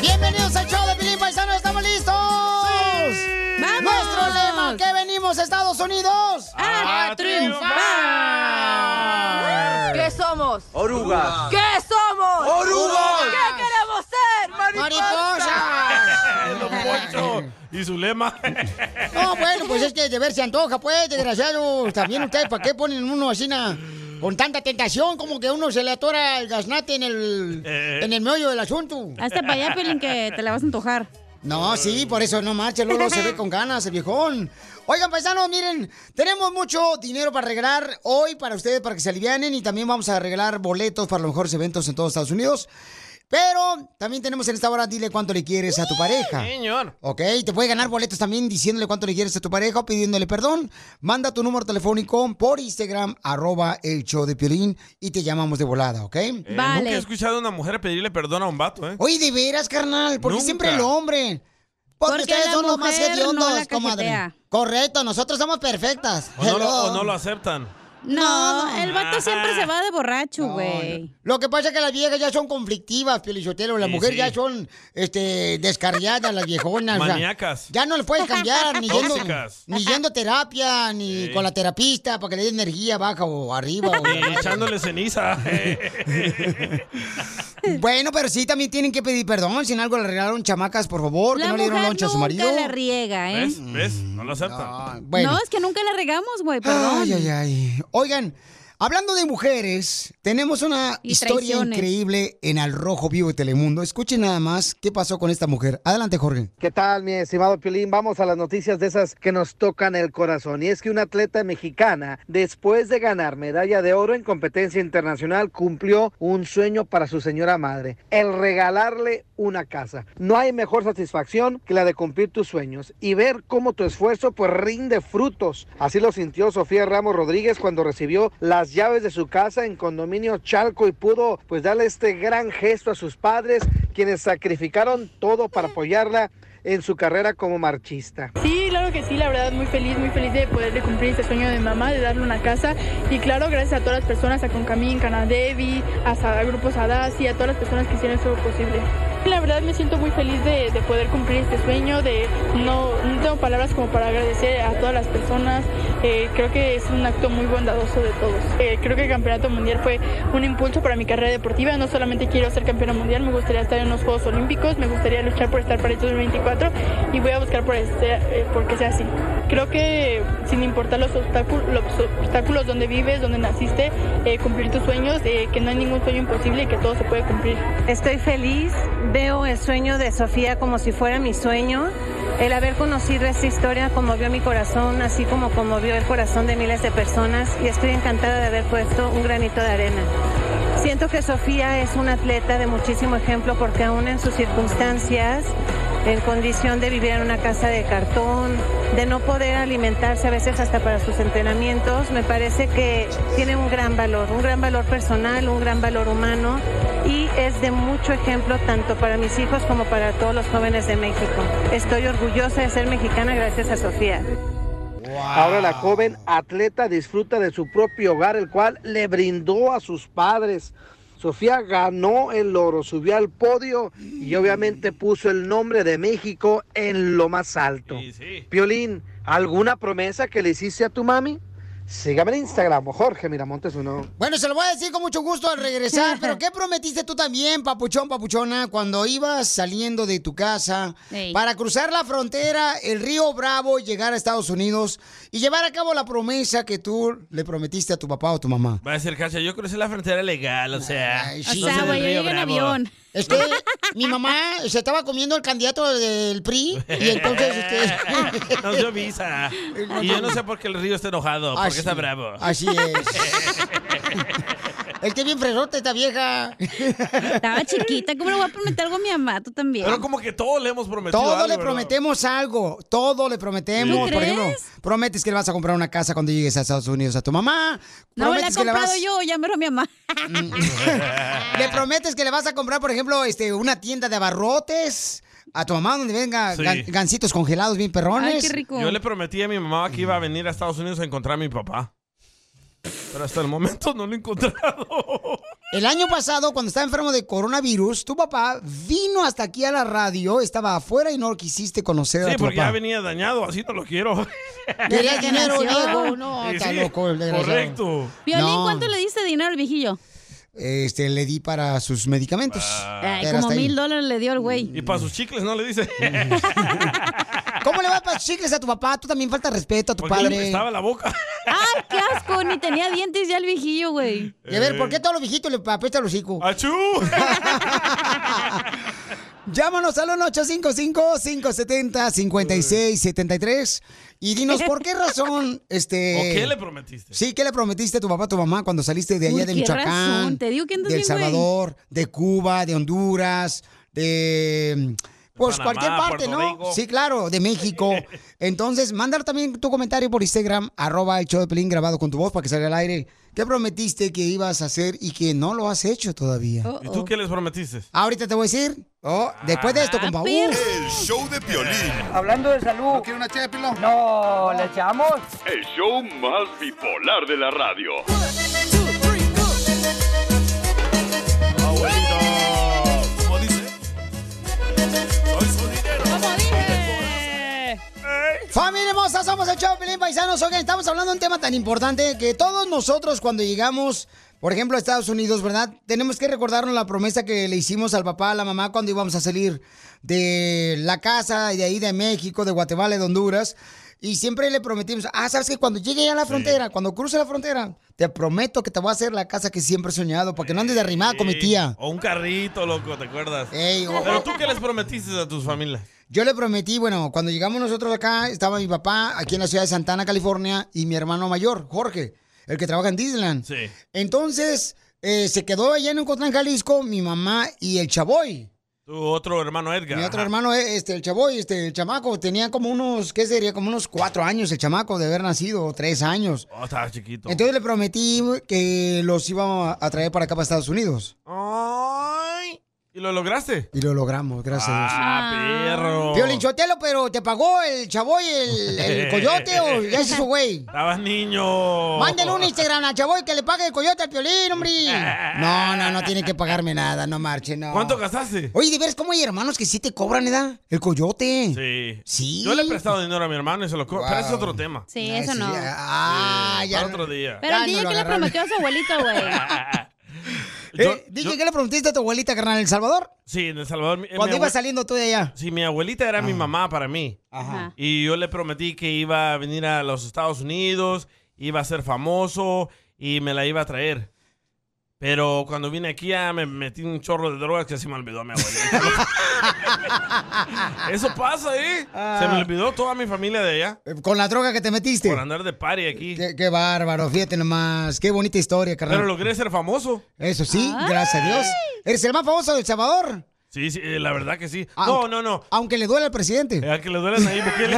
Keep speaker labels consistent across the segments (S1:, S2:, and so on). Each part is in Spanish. S1: Bienvenidos al show de Pilín Paisano, estamos listos.
S2: ¡Vamos!
S1: Nuestro lema que venimos a Estados Unidos Ah,
S2: ¡A triunfar! ¿Qué somos?
S3: Orugas.
S2: ¿Qué somos?
S3: ¡Orugas!
S2: ¿Qué queremos ser?
S1: mariposas.
S4: Don Poncho y su lema.
S1: No, bueno, pues es que de ver se antoja, pues, desgraciados. También ustedes, ¿para qué ponen uno así na- con tanta tentación? Como que uno se le atora el gaznate en el, en el meollo del asunto.
S5: Hazte para allá, Pelín, que te la vas a antojar.
S1: No, sí, por eso no marche, luego se ve con ganas el viejón. Oigan, paisanos, miren, tenemos mucho dinero para regalar hoy para ustedes, para que se alivianen y también vamos a regalar boletos para los mejores eventos en todos Estados Unidos. Pero también tenemos en esta hora, dile cuánto le quieres a tu pareja.
S4: Señor.
S1: Ok, te puede ganar boletos también diciéndole cuánto le quieres a tu pareja o pidiéndole perdón. Manda tu número telefónico por Instagram, arroba el show de Piolín y te llamamos de volada, ¿ok?
S4: Eh, Nunca he escuchado a una mujer pedirle perdón a un vato, ¿eh?
S1: Oye, de veras, carnal, porque
S4: Nunca.
S1: siempre el hombre. Porque,
S4: Porque
S1: ustedes
S4: la
S1: son los más
S4: mujer no
S1: hediondos,
S4: la
S1: comadre.
S4: cajetea.
S1: Correcto, nosotros somos perfectas.
S4: O no, lo,
S1: Hello.
S4: o no lo aceptan.
S5: No, el vato siempre se va de borracho, güey.
S1: Lo que pasa es que las viejas ya son conflictivas, Pielichotero. Las
S4: Sí,
S1: mujeres
S4: sí.
S1: ya son este, descarriadas, las viejonas. o sea,
S4: Maníacas.
S1: ya no le puedes cambiar, ni yendo,
S4: Tóxicas.
S1: ni yendo a terapia, ni
S4: Sí.
S1: con la terapista para que le dé energía baja o arriba. o-
S4: Y echándole ceniza.
S1: bueno, pero sí también tienen que pedir perdón. Si en algo le regalaron chamacas, por favor, que no le dieron loncha a su marido.
S5: nunca la riega, ¿eh?
S4: ¿Ves? ¿Ves? No lo aceptan.
S1: bueno.
S5: No, es que nunca la regamos, güey, perdón.
S1: Ay, ay, ay. Oigan, hablando de mujeres, tenemos una
S5: Y
S1: historia
S5: traiciones.
S1: increíble en Al Rojo Vivo de Telemundo. Escuchen nada más qué pasó con esta mujer. Adelante, Jorge.
S6: ¿Qué tal, mi estimado Piolín? Vamos a las noticias de esas que nos tocan el corazón. Y es que una atleta mexicana, después de ganar medalla de oro en competencia internacional, cumplió un sueño para su señora madre, el regalarle una casa. No hay mejor satisfacción que la de cumplir tus sueños y ver cómo tu esfuerzo pues rinde frutos. Así lo sintió Sofía Ramos Rodríguez cuando recibió las llaves de su casa en condominio Chalco y pudo pues darle este gran gesto a sus padres, quienes sacrificaron todo para apoyarla en su carrera como marchista.
S7: Sí, claro que sí, la verdad muy feliz, muy feliz de poderle cumplir este sueño de mamá, de darle una casa y claro, gracias a todas las personas, a Concamín, Canadevi, a, Sa- a Grupo Sadasi, a todas las personas que hicieron esto posible. Y La verdad me siento muy feliz de, de poder cumplir este sueño, de no, no tengo palabras como para agradecer a todas las personas, Eh, creo que es un acto muy bondadoso de todos. Eh, creo que el Campeonato Mundial fue un impulso para mi carrera deportiva, no solamente quiero ser campeona mundial, me gustaría estar en los Juegos Olímpicos, me gustaría luchar por estar para el 2024 y voy a buscar por, este, eh, porque sea así. Creo que sin importar los obstáculos, los obstáculos donde vives, donde naciste, eh, cumplir tus sueños, eh, que no hay ningún sueño imposible y que todo se puede cumplir.
S8: Estoy feliz, veo el sueño de Sofía como si fuera mi sueño. El haber conocido esta historia conmovió mi corazón, así como conmovió el corazón de miles de personas y estoy encantada de haber puesto un granito de arena. Siento que Sofía es una atleta de muchísimo ejemplo porque aún en sus circunstancias, en condición de vivir en una casa de cartón, de no poder alimentarse a veces hasta para sus entrenamientos, me parece que tiene un gran valor, un gran valor personal, un gran valor humano y es de mucho ejemplo tanto para mis hijos como para todos los jóvenes de México. Estoy orgullosa de ser mexicana gracias a Sofía.
S6: Ahora la joven atleta disfruta de su propio hogar, el cual le brindó a sus padres. Sofía ganó el oro, subió al podio y obviamente puso el nombre de México en lo más alto. Piolín, ¿alguna promesa que le hiciste a tu mami? Sígame en Instagram, Jorge Miramontes uno.
S1: Bueno, se lo voy a decir con mucho gusto al regresar, pero ¿qué prometiste tú también, papuchón, papuchona, cuando ibas saliendo de tu casa
S5: Ey.
S1: para cruzar la frontera, el río Bravo, llegar a Estados Unidos y llevar a cabo la promesa que tú le prometiste a tu papá o tu mamá?
S4: Va a decir, Cacha, yo crucé la frontera legal, o sea.
S1: sí.
S4: no sé del Río Bravo.
S1: Es que mi mamá se estaba comiendo el candidato del PRI y entonces usted...
S4: Nos dio visa. Y yo no sé por qué el río está enojado, porque
S1: Así-
S4: está bravo.
S1: Así es. Es que bien fresote esta vieja.
S5: Estaba chiquita, ¿cómo le voy a prometer algo a mi mamá? Tú también.
S4: Pero como que todo le hemos prometido.
S1: Todo
S4: pues, algo,
S1: le
S4: ¿verdad?
S1: prometemos algo, todo le prometemos.
S5: ¿Tú
S1: Por ejemplo,
S5: crees?
S1: prometes que le vas a comprar una casa cuando llegues a Estados Unidos a tu mamá.
S5: No me la he
S1: Prometes que le
S5: comprado
S1: vas- Mm.
S5: yo, ya me lo mi mamá.
S1: Le prometes que le vas a comprar, por ejemplo, este, una tienda de abarrotes a tu mamá donde venga
S4: Sí.
S1: gan- gancitos congelados bien perrones.
S4: Yo le prometí a mi mamá que iba a venir a Estados Unidos a encontrar a mi papá. Pero hasta el momento no lo he encontrado.
S1: El año pasado, cuando estaba enfermo de coronavirus, tu papá vino hasta aquí a la radio, estaba afuera y no quisiste conocer a
S4: Sí,
S1: tu
S4: porque ya
S1: papá.
S4: venía dañado, así no lo quiero.
S1: Querías dinero, viejo, no,
S4: Sí,
S1: está
S4: sí,
S1: loco el desgraciado.
S4: Correcto.
S5: Violín,
S1: No.
S5: ¿cuánto le diste dinero al viejillo?
S1: Este, le di para sus medicamentos.
S4: Ah.
S5: Ay,
S1: Pero
S5: como
S1: Ah. hasta ahí. Mm.
S5: mil dólares le dio el güey.
S4: Y para sus chicles no le dice.
S1: ¿Cómo le vas para chicles a tu papá? Tú también falta respeto a tu
S4: Porque le
S1: padre.
S4: apestaba la boca.
S5: ¡Ay, qué asco! Ni tenía dientes ya el viejillo, güey.
S1: Y a ver, ¿por qué todos los viejitos le apesta el hocico?
S4: Eh. ¡Achú!
S1: Llámanos al 855-570-5673 y dinos por qué razón, este...
S4: ¿O qué le prometiste?
S1: Sí, ¿qué le prometiste a tu papá, a tu mamá cuando saliste de allá
S5: Uy,
S1: de
S5: qué
S1: Michoacán?
S5: razón, te digo que andas
S1: De El
S5: bien, güey.
S1: Salvador, de Cuba, de Honduras, de... Pues
S4: Panamá,
S1: cualquier parte,
S4: Puerto
S1: ¿no?
S4: Rico.
S1: Sí, claro, de México. Entonces, mándalo también tu comentario por Instagram, arroba el show de Pelín grabado con tu voz para que salga al aire. ¿Qué prometiste que ibas a hacer y que no lo has hecho todavía?
S4: ¿Y tú qué Ah, les prometiste?
S1: Ahorita te voy a decir. Oh, después de esto, compa. Uf.
S9: El show de Piolín.
S10: Hablando de salud. ¿No quiere una ché de No, ¿le echamos?
S3: El show más bipolar de la radio.
S1: Familia hermosa, somos el show de Pelín Paisanos. Oigan, estamos hablando de un tema tan importante que todos nosotros cuando llegamos, por ejemplo, a Estados Unidos, ¿verdad? Tenemos que recordarnos la promesa que le hicimos al papá, a la mamá cuando íbamos a salir de la casa de ahí de México, de Guatemala, de Honduras. Y siempre le prometimos, ah, sabes que cuando llegue ya a la frontera, cuando cruce la frontera, te prometo que te voy a hacer la casa que siempre he soñado, para que no andes de arrimada con mi
S4: Sí.
S1: tía.
S4: O un carrito, loco, ¿te acuerdas?
S1: Ey, ojo.
S4: Pero tú qué les prometiste a tus familias.
S1: Yo le prometí, bueno, cuando llegamos nosotros acá, estaba mi papá aquí en la ciudad de Santana, California, y mi hermano mayor, Jorge, el que trabaja en Disneyland.
S4: Sí.
S1: Entonces, eh, se quedó allá en Ocotlán, Jalisco, mi mamá y el chavoy.
S4: Tu otro hermano Edgar.
S1: Mi otro hermano, eh, este, el chavoy, este, el chamaco, tenía como unos, ¿qué sería? Como unos cuatro años el chamaco de haber nacido, o tres años.
S4: Oh, estaba chiquito.
S1: Entonces le prometí que los iba a traer para acá, para Estados Unidos.
S4: Ay. ¿Y lo lograste?
S1: Y lo logramos, gracias a Dios.
S4: Ah, perro.
S1: Violín Chotelo, pero ¿te pagó el chavoy, el, el coyote o ya se hizo güey?
S4: Estabas niño.
S1: Mándale un Instagram al chavoy que le pague el coyote al piolín, hombre. No, no, no tiene que pagarme nada, no marche, no.
S4: ¿Cuánto gastaste?
S1: Oye, de veras, ¿cómo hay hermanos que sí te cobran, edad? El coyote.
S4: Sí.
S1: Sí.
S4: Yo le he prestado dinero a mi hermano y se lo co- Pero ese es otro tema.
S5: Sí, eso no.
S1: Ah,
S4: Sí,
S1: ya.
S4: para otro día.
S5: Pero
S1: Ya
S5: el día
S1: no lo
S5: que le
S1: agarraron.
S5: prometió a su abuelito, güey.
S1: Eh, dije, ¿qué le prometiste a tu abuelita, carnal, en El Salvador?
S4: Sí, en El Salvador. mi- eh,
S1: Cuando
S4: mi
S1: ibas
S4: abue-
S1: saliendo tú de allá.
S4: Sí, mi abuelita era mi mamá para mí.
S1: Ah. Ajá.
S4: Y yo le prometí que iba a venir a los Estados Unidos, iba a ser famoso y me la iba a traer. Pero cuando vine aquí ya me metí un chorro de drogas que así me olvidó mi abuelita. Eso pasa, ¿eh? Se me olvidó toda mi familia de allá.
S1: Ah. Eh, Con la droga que te metiste.
S4: Por andar de party aquí.
S1: Qué, qué bárbaro, fíjate nomás. Qué bonita historia, carnal.
S4: Pero logré ser famoso.
S1: Eso sí, gracias a Dios. Eres el más famoso de El Salvador.
S4: Sí, sí, eh, la verdad que sí.
S1: Ah, Aunque-
S4: no, no, no.
S1: Aunque le duele al presidente.
S4: Eh, que le duele ahí porque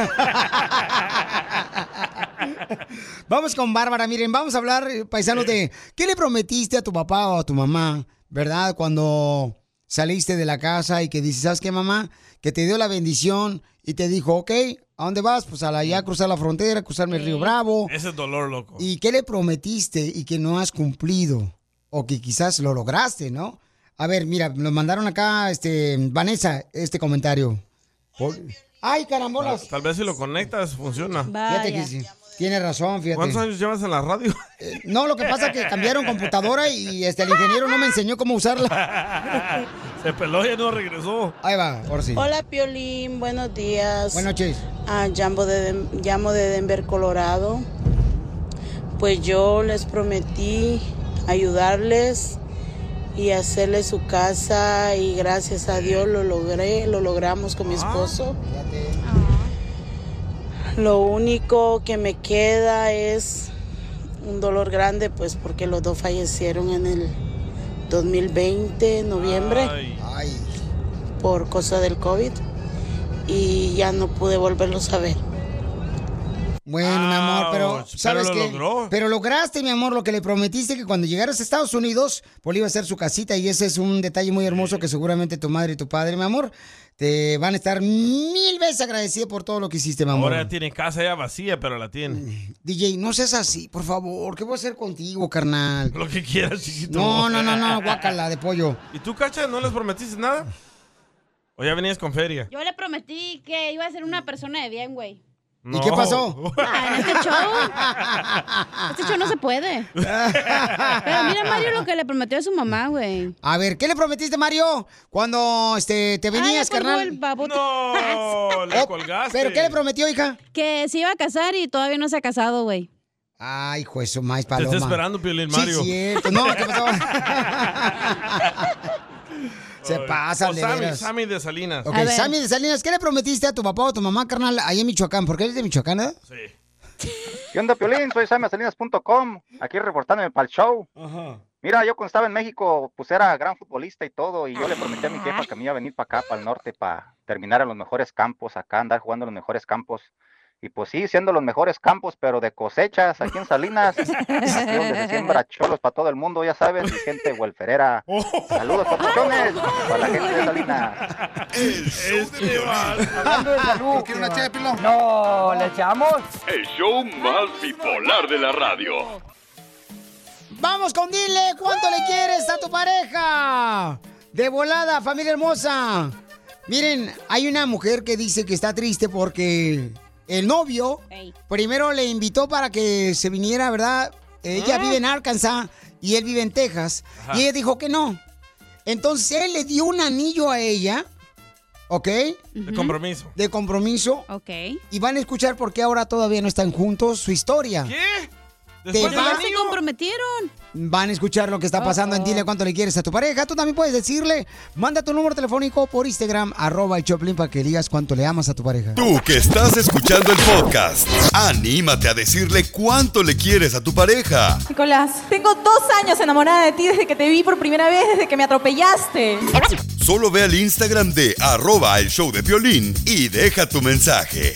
S1: Vamos con Bárbara, miren, vamos a hablar, eh, paisanos, de qué le prometiste a tu papá o a tu mamá, ¿verdad? Cuando saliste de la casa y que dices, ¿sabes qué, mamá? Que te dio la bendición y te dijo, ok, ¿a dónde vas? Pues a la,
S4: Mm.
S1: ya cruzar la frontera, cruzarme el río Bravo.
S4: Ese es dolor, loco.
S1: ¿Y qué le prometiste y que no has cumplido? O que quizás lo lograste, ¿no? A ver, mira, nos mandaron acá, este, Vanessa, este comentario. Por- Ay, carambolas.
S4: Tal vez si lo conectas, funciona.
S1: Fíjate que sí. Tiene razón, fíjate. Eh,
S4: ¿Cuántos años llevas en la radio?
S1: No, lo que pasa es que cambiaron computadora y este, el ingeniero no me enseñó cómo usarla.
S4: Se peló y no regresó.
S1: Ahí va, por si.
S9: Hola Piolín, buenos días.
S1: Buenas noches.
S9: Ah, llamo, de, Den- llamo de Denver, Colorado. Pues yo les prometí ayudarles y hacerles su casa y gracias a Dios lo logré, lo logramos
S1: Ah.
S9: con mi esposo. Lo único que me queda es un dolor grande pues porque los dos fallecieron en el 2020, en noviembre por cosa del COVID y ya no pude volverlos a ver.
S1: Bueno, mi amor, pero
S9: Ouch,
S1: ¿sabes
S9: pero
S1: que
S9: lo
S4: logró.
S1: Pero lograste, mi amor, lo que le prometiste que cuando llegaras a Estados Unidos, Poli iba a ser su casita y ese es un detalle muy hermoso que seguramente tu madre y tu padre, mi amor, te van a estar mil veces agradecidos por todo lo que hiciste, mi amor.
S4: Ahora tiene casa ya vacía, pero la tiene.
S1: DJ, no seas así, por favor. ¿Qué voy a hacer contigo, carnal?
S4: Lo que quieras, chiquito.
S1: No, no, no, no, guácala de pollo.
S4: ¿Y tú, Cacha, no les prometiste nada? ¿O ya venías con feria?
S5: Yo le prometí que iba a ser una persona de bien, güey.
S1: ¿Y qué
S4: No.
S1: pasó?
S5: Ah, en este show. Este show no se puede. Pero mira, Mario, lo que le prometió a su mamá, güey.
S1: A ver, ¿qué le prometiste, Mario, cuando este, te venías,
S5: colgó el
S1: carnal?
S5: babote.
S4: No,
S1: le
S4: colgaste.
S1: ¿Pero qué le prometió, hija?
S5: Que se iba a casar y todavía no se ha casado, güey.
S1: Ay, hijo, eso más
S4: Te
S1: paloma.
S4: está esperando, Piolín
S1: Sí,
S4: Mario.
S1: cierto. No, ¿qué pasó? Se pasan
S4: O
S1: de
S4: Sammy,
S1: veras.
S4: Sammy de Salinas.
S1: Ok, Sammy de Salinas, ¿qué le prometiste a tu papá o a tu mamá, carnal, ahí en Michoacán? Porque eres de Michoacán, eh? ¿verdad?
S10: ¿Qué onda, Piolín? Soy samiasalinas.com, aquí reportándome para el show. Mira, yo cuando estaba en México, pues era gran futbolista y todo, y yo le prometí a mi jefa que me iba a venir para acá, para el norte, para terminar en los mejores campos, acá andar jugando en los mejores campos. Y pues sí, siendo los mejores campos, pero de cosechas, aquí en Salinas, aquí donde se siembra cholos para todo el mundo, ya sabes, y gente huelferera. Saludos, papachones, para la gente de Salinas. Eh.
S7: Hablando de salud. ¿Quieres una No, ¿le echamos?
S3: El show más bipolar de la radio.
S1: Vamos con dile cuánto le quieres a tu pareja. De volada, familia hermosa. Miren, hay una mujer que dice que está triste porque el novio primero le invitó para que se viniera, ¿verdad? Ella vive en Arkansas y él vive en Texas.
S11: Ajá.
S1: Y ella dijo que no. Entonces él le dio un anillo a ella, ¿ok?
S4: De compromiso.
S1: De compromiso.
S5: Ok.
S1: Y van a escuchar por qué ahora todavía no están juntos su historia.
S4: ¿Qué?
S1: Te
S5: Pero
S1: va-
S5: ya se comprometieron.
S1: Van a escuchar lo que está pasando en Dile cuánto le quieres a tu pareja. Tú también puedes decirle. Manda tu número telefónico por Instagram, arroba el Choplin, para que digas cuánto le amas a tu pareja.
S12: Tú que estás escuchando el podcast, anímate a decirle cuánto le quieres a tu pareja.
S13: Nicolás, tengo dos años enamorada de ti desde que te vi por primera vez, desde que me atropellaste.
S12: Solo ve al Instagram de arroba el show de violín y deja tu mensaje.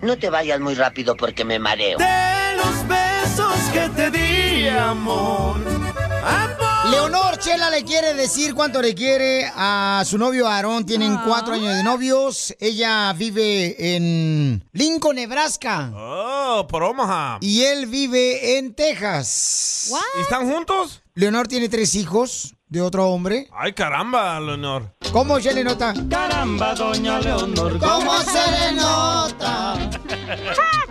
S14: No te vayas muy rápido porque me mareo.
S7: De los besos que te di, amor.
S1: Leonor Chela le quiere decir cuánto le quiere a su novio Aarón. Tienen
S4: Ah.
S1: cuatro años de novios. Ella vive en Lincoln, Nebraska.
S4: Oh, por Omaha.
S1: Y él vive en Texas.
S4: ¿Y están juntos?
S1: Leonor tiene tres hijos de otro hombre.
S4: Ay, caramba, Leonor.
S1: ¿Cómo se le nota?
S4: Caramba, doña Leonor.
S1: ¿Cómo se le nota?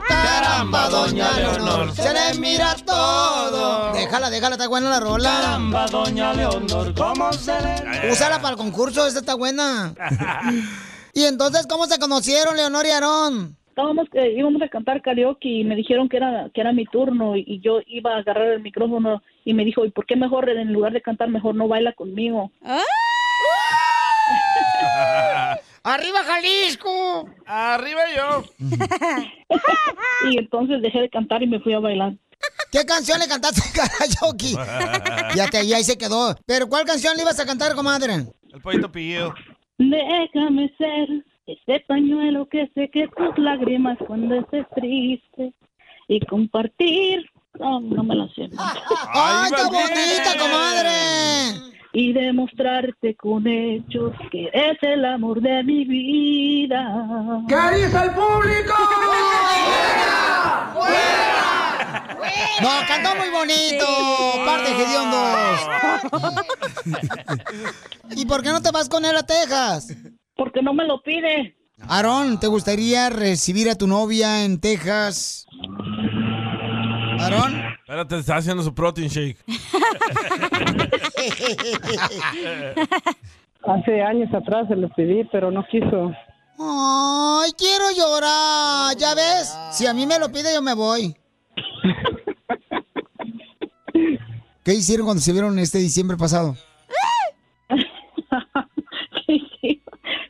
S1: Caramba, doña Leonor. Se le mira todo. Déjala, déjala, está buena la rola. Caramba, doña Leonor. ¿Cómo se le Úsala para el concurso, esta está buena. y entonces, ¿cómo se conocieron Leonor y Aarón?
S15: Estábamos, eh, íbamos a cantar karaoke y me dijeron que era, que era mi turno y, y yo iba a agarrar el micrófono y me dijo, ¿y por qué mejor en lugar de cantar mejor no baila conmigo?
S1: ¡Arriba Jalisco!
S4: ¡Arriba yo!
S15: y entonces dejé de cantar y me fui a bailar.
S1: ¿Qué canción le cantaste a karaoke? ya te, y ahí se quedó. ¿Pero cuál canción le ibas a cantar, comadre?
S4: El pollito pillido.
S15: Déjame ser ese pañuelo que seque tus lágrimas cuando estés triste y compartir. No, no me la sé.
S1: ¡Ay, está bonita, comadre!
S15: Y demostrarte con hechos que eres el amor de mi vida.
S7: ¿Qué dice el
S15: público?
S1: No, cantó muy bonito. Parte de hediondos. ¿Y por qué no te vas con él a Texas?
S15: Porque no me lo pide.
S1: Aarón, ¿te gustaría recibir a tu novia en Texas? Aarón.
S4: Espérate, está haciendo su protein shake.
S11: Hace años atrás se lo pedí, pero no quiso.
S1: Ay, quiero llorar. ¿Ya ves? Si a mí me lo pide, yo me voy. ¿Qué hicieron cuando se vieron este diciembre pasado?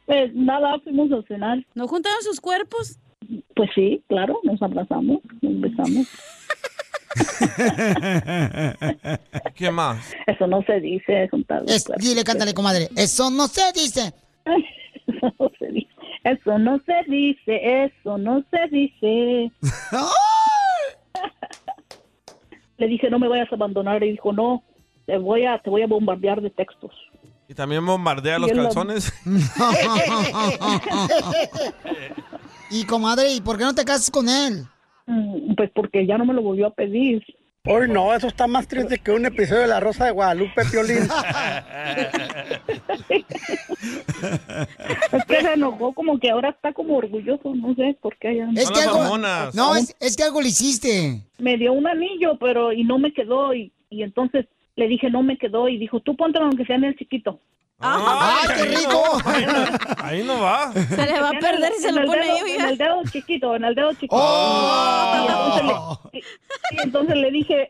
S15: Pues nada, fuimos a cenar.
S5: ¿No juntaron sus cuerpos?
S15: Pues sí, claro, nos abrazamos, nos besamos.
S4: ¿Qué más?
S15: Eso no se dice, juntado.
S1: Es- dile, cántale, comadre. Eso no se dice.
S15: eso no se dice. Eso no se dice, eso no se dice. Le dije, no me vayas a abandonar. Y dijo, no, te voy a, te voy a bombardear de textos.
S4: ¿Y también bombardea los
S15: Y él lo-
S4: calzones?
S1: y comadre, ¿y por qué no te casas con él?
S11: Pues porque ya no me lo volvió a pedir. Hoy no, eso está más triste que un episodio de La Rosa de Guadalupe, Piolín.
S15: Es que se enojó, como que ahora está como orgulloso, no sé por qué. Ya.
S1: Es que algo, no, es, es que algo le hiciste.
S15: Me dio un anillo, pero y no me quedó. Y, y entonces le dije, no me quedó. Y dijo, tú póntelo aunque sea en el chiquito.
S4: ¡Ay, qué rico! Ah. Ahí no, ahí no va.
S15: Se
S5: le va a perder si se lo pone ahí,
S15: En
S5: oiga.
S15: el dedo chiquito, en el dedo chiquito.
S5: Oh.
S15: Y, entonces le, y- y entonces le dije,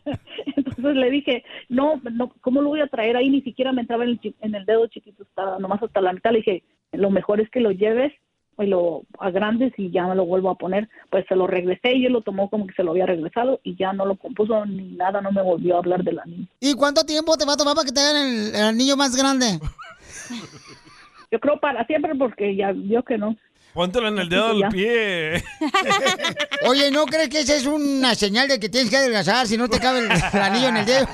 S15: entonces le dije, no, no, ¿cómo lo voy a traer ahí? Ni siquiera me entraba en el, chi- en el dedo chiquito, estaba nomás hasta la mitad. Le dije, lo mejor es que lo lleves y lo agrandes y ya me lo vuelvo a poner. Pues se lo regresé y él lo tomó como que se lo había regresado y ya no lo compuso ni nada, no me volvió a hablar del anillo.
S1: ¿Y cuánto tiempo te va a tomar para que te hagan el, el anillo más grande?
S15: Yo creo para siempre porque ya vio que no.
S4: Póntelo en el dedo del pie.
S1: Oye, ¿no crees que esa es una señal de que tienes que adelgazar si no te cabe el, el anillo en el dedo?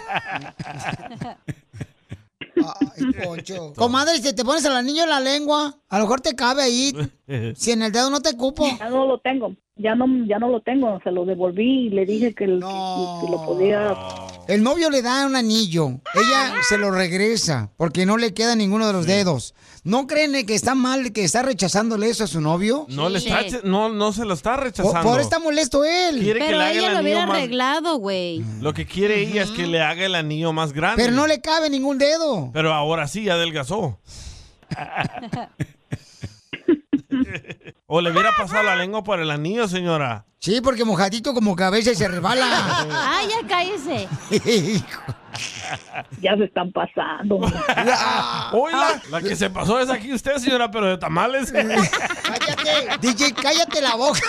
S1: Ay, Poncho. Comadre, si te pones el anillo en la lengua, a lo mejor te cabe ahí. Si en el dedo no te cupo.
S15: Ya no lo tengo, ya no, ya no lo tengo, se lo devolví y le dije que, que- que lo podía...
S1: El novio le da un anillo, ella se lo regresa porque no le queda ninguno de los dedos. ¿No creen que está mal que está rechazándole eso a su novio?
S4: No, le está, che- no, no se lo está
S1: Por,
S4: rechazando.
S1: por está molesto él.
S4: Quiere que Pero le haga ella el lo anillo hubiera más-
S1: arreglado, güey.
S4: Lo que quiere ella es que le haga el anillo más grande.
S1: Pero no le cabe ningún dedo.
S4: Pero ahora sí, ya adelgazó. o le hubiera pasado la lengua por el anillo, señora.
S1: Sí, porque mojadito como que a veces se resbala.
S5: Ah, ya cállese.
S15: ya se están pasando.
S4: Oiga, la que se pasó es aquí usted, señora, pero de tamales.
S1: cállate, DJ, cállate la boca.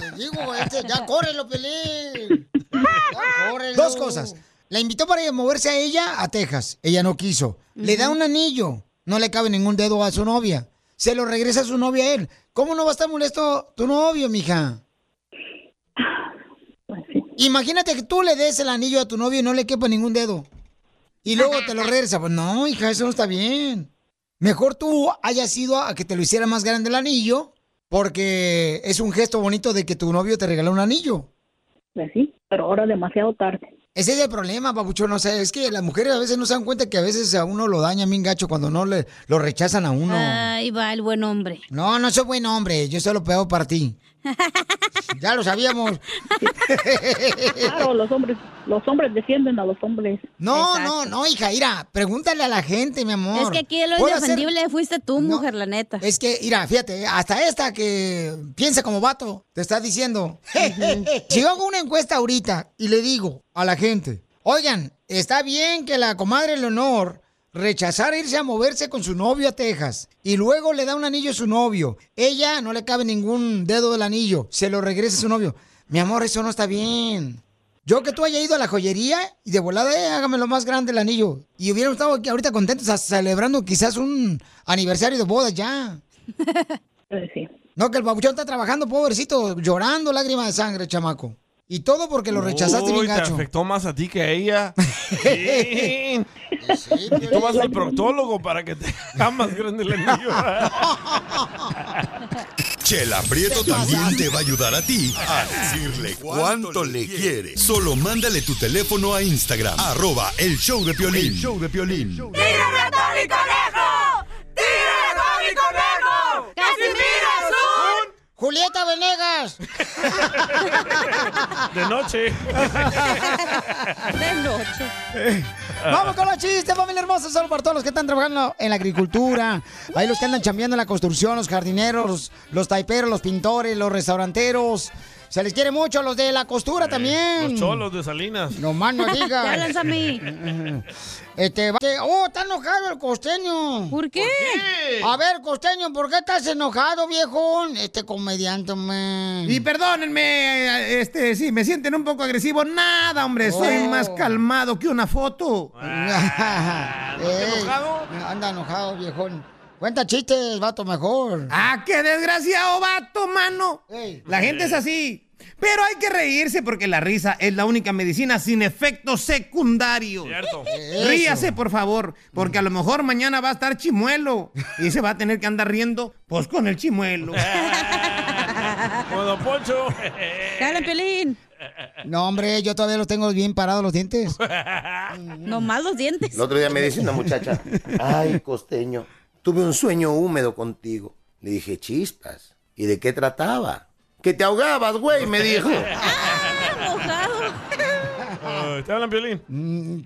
S1: Te digo, este, ya córrelo, Pelín. Ya córrelo. Dos cosas. La invitó para moverse a ella a Texas. Ella no quiso. Le da un anillo. No le cabe ningún dedo a su novia. Se lo regresa a su novia a él. ¿Cómo no va a estar molesto tu novio, mija? Pues Imagínate que tú le des el anillo a tu novio y no le quepa ningún dedo. Y luego te lo regresa. Pues no, hija, eso no está bien. Mejor tú hayas ido a que te lo hiciera más grande el anillo, porque es un gesto bonito de que tu novio te regaló un anillo.
S15: Pues Sí, pero ahora demasiado tarde.
S1: Ese es el problema, babuchón. O sea, es que las mujeres a veces no se dan cuenta que a veces a uno lo daña bien gacho cuando no le, lo rechazan a uno.
S5: Ahí va el buen hombre.
S1: No, no soy buen hombre. Yo soy lo peor para ti. ya lo sabíamos.
S15: Claro, los hombres, los hombres defienden a los hombres.
S1: No, no, no, hija, mira, pregúntale a la gente, mi amor.
S5: Es que aquí lo
S1: Puedo hacer-
S5: indefendible fuiste tú, mujer, la neta.
S1: Es que, mira, fíjate, hasta esta que piensa como vato, te está diciendo. si yo hago una encuesta ahorita y le digo a la gente, oigan, está bien que la comadre Leonor rechazar irse a moverse con su novio a Texas y luego le da un anillo a su novio. Ella no le cabe ningún dedo del anillo, se lo regresa a su novio. Mi amor, eso no está bien. Yo que tú haya ido a la joyería y de volada, eh, hágame lo más grande el anillo. Y hubieran estado aquí ahorita contentos a- celebrando quizás un aniversario de boda ya. Pues No, que el babuchón está trabajando, pobrecito, llorando lágrimas de sangre, chamaco. Y todo porque lo rechazaste
S4: Uy,
S1: bien
S4: Te
S1: gacho.
S4: afectó más a ti que a ella. Sí. y tú vas al proctólogo para que te haga más grande el anillo.
S12: Chela Prieto también te va a ayudar a ti a decirle cuánto le quiere. Solo mándale tu teléfono a Instagram, arroba el show de Piolín. El show de Piolín.
S7: ¡Tírame a Tony Conejo! ¡Tírame a Tony Conejo! ¡Casimiro!
S1: Julieta Venegas.
S4: De noche.
S1: De noche. Eh, Vamos con los chistes, familia hermosa. Solo para todos los que están trabajando en la agricultura. Ahí los que andan chambeando en la construcción, los jardineros, los, los taiperos, los pintores, los restauranteros. Se les quiere mucho, los de la costura también.
S4: Eh, Los cholos de Salinas.
S1: Mm. No más no digas. Este, va- que- oh, está enojado el costeño. ¿Por qué? A ver, costeño, ¿por qué estás enojado, viejo? Este comediante, man.
S16: Y perdónenme, este, si me sienten un poco agresivo, nada, hombre, soy más calmado que una foto.
S1: Ey, Anda enojado, viejón. Cuenta chistes, vato, mejor.
S16: ¡Ah, qué desgraciado vato, mano! La gente es así. Pero hay que reírse porque la risa es la única medicina sin efectos secundarios.
S4: Cierto.
S16: Ríase, por favor, porque a lo mejor mañana va a estar chimuelo y se va a tener que andar riendo, pues con el chimuelo.
S4: Con Don Poncho.
S5: Dale, Pelín.
S1: No, hombre, yo todavía los tengo bien parados los dientes.
S5: Nomás los dientes.
S17: El otro día me dice una muchacha, ay, costeño, tuve un sueño húmedo contigo. Le dije, chispas, ¿y de qué trataba? Que te ahogabas, güey, me dijo.
S4: Ah, ¿Te hablan violín?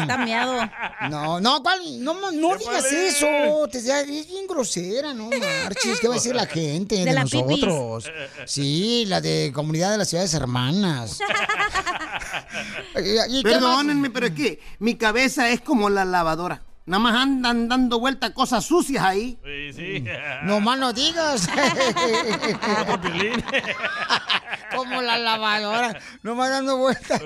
S1: Está
S5: miado.
S1: Mm, No, no, ¿cuál? No, no, no digas
S4: vale.
S1: eso. Te, ya, es bien grosera, no marches. ¿Qué va a decir la gente de,
S4: De la
S1: nosotros? Sí, la de comunidad de las ciudades hermanas. ¿Y qué más?
S16: Perdónenme, pero es que mi cabeza es como la lavadora. Nada más andan dando vueltas cosas sucias ahí.
S4: Sí, sí.
S1: No más no digas.
S4: Otro Piolín.
S1: Como la lavadora. Nomás dando vueltas.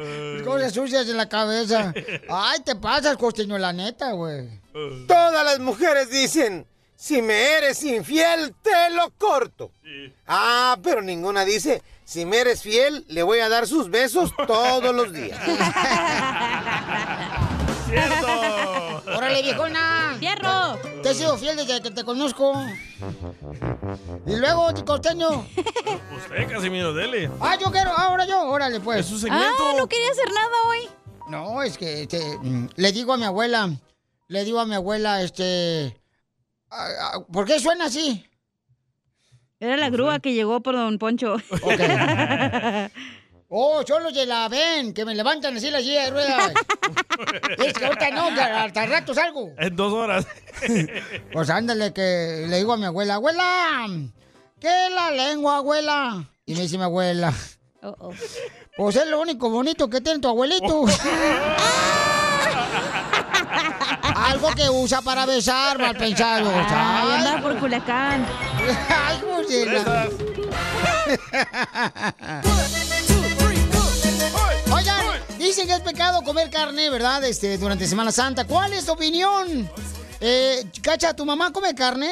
S1: Cosas sucias en la cabeza. Ay, te pasas, costeño, la neta, güey.
S18: Todas las mujeres dicen, si me eres infiel, te lo corto. Ah, pero ninguna dice, si me eres fiel, le voy a dar sus besos todos los días.
S4: ¡Cierto!
S1: Órale, viejona. ¡Fierro! Te he sido fiel desde que te conozco. Y luego, costeño.
S4: Usted, Casimiro, dele.
S1: Ah, yo quiero, ahora yo, órale pues. Es
S4: su segmento. Ah, no
S1: quería hacer nada hoy. No, es que este, mm, le digo a mi abuela, le digo a mi abuela, este, ah, ah, ¿por qué suena así?
S5: Era la grúa que llegó por don Poncho.
S1: Oh, son los de la ven, que me levantan así la silla de ruedas. es que ahorita no, que hasta rato salgo.
S4: En dos horas.
S1: Pues ándale, que le digo a mi abuela, abuela, ¿qué es la lengua, abuela? Y me dice mi abuela, pues es lo único bonito que tiene tu abuelito. Algo que usa para besar, mal pensado. Ay, anda por Culiacán. Ay, Josela. Oigan, dicen que es pecado comer carne, ¿verdad? Este, durante Semana Santa. ¿Cuál es tu opinión? Eh, Cacha, ¿tu mamá come carne?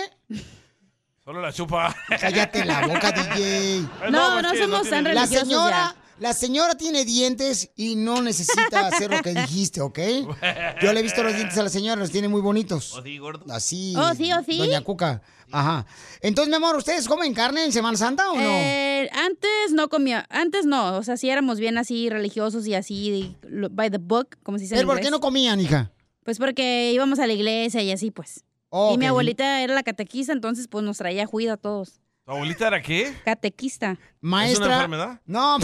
S4: Solo la chupa.
S1: Cállate la boca, DJ.
S4: pues que tiene-
S1: La señora, la señora tiene dientes y no necesita hacer lo que dijiste, ¿ok? Yo le he visto los dientes a la señora, los tiene muy bonitos. Así.
S5: Oh, sí, oh, sí.
S1: Doña Cuca. Ajá. Entonces, mi amor, ¿ustedes comen carne en Semana Santa o no?
S5: Eh, antes no comía, antes no, o sea, sí éramos bien así religiosos y así de- lo- by the book, como se dice. en
S1: ¿Pero por qué
S5: inglés.
S1: no comían, hija?
S5: Pues porque íbamos a la iglesia y así pues. Y mi
S4: ok.
S5: abuelita era la catequista, entonces pues nos traía juido a todos.
S4: ¿Tu abuelita era qué?
S5: Catequista.
S4: ¿Es una enfermedad?
S1: No.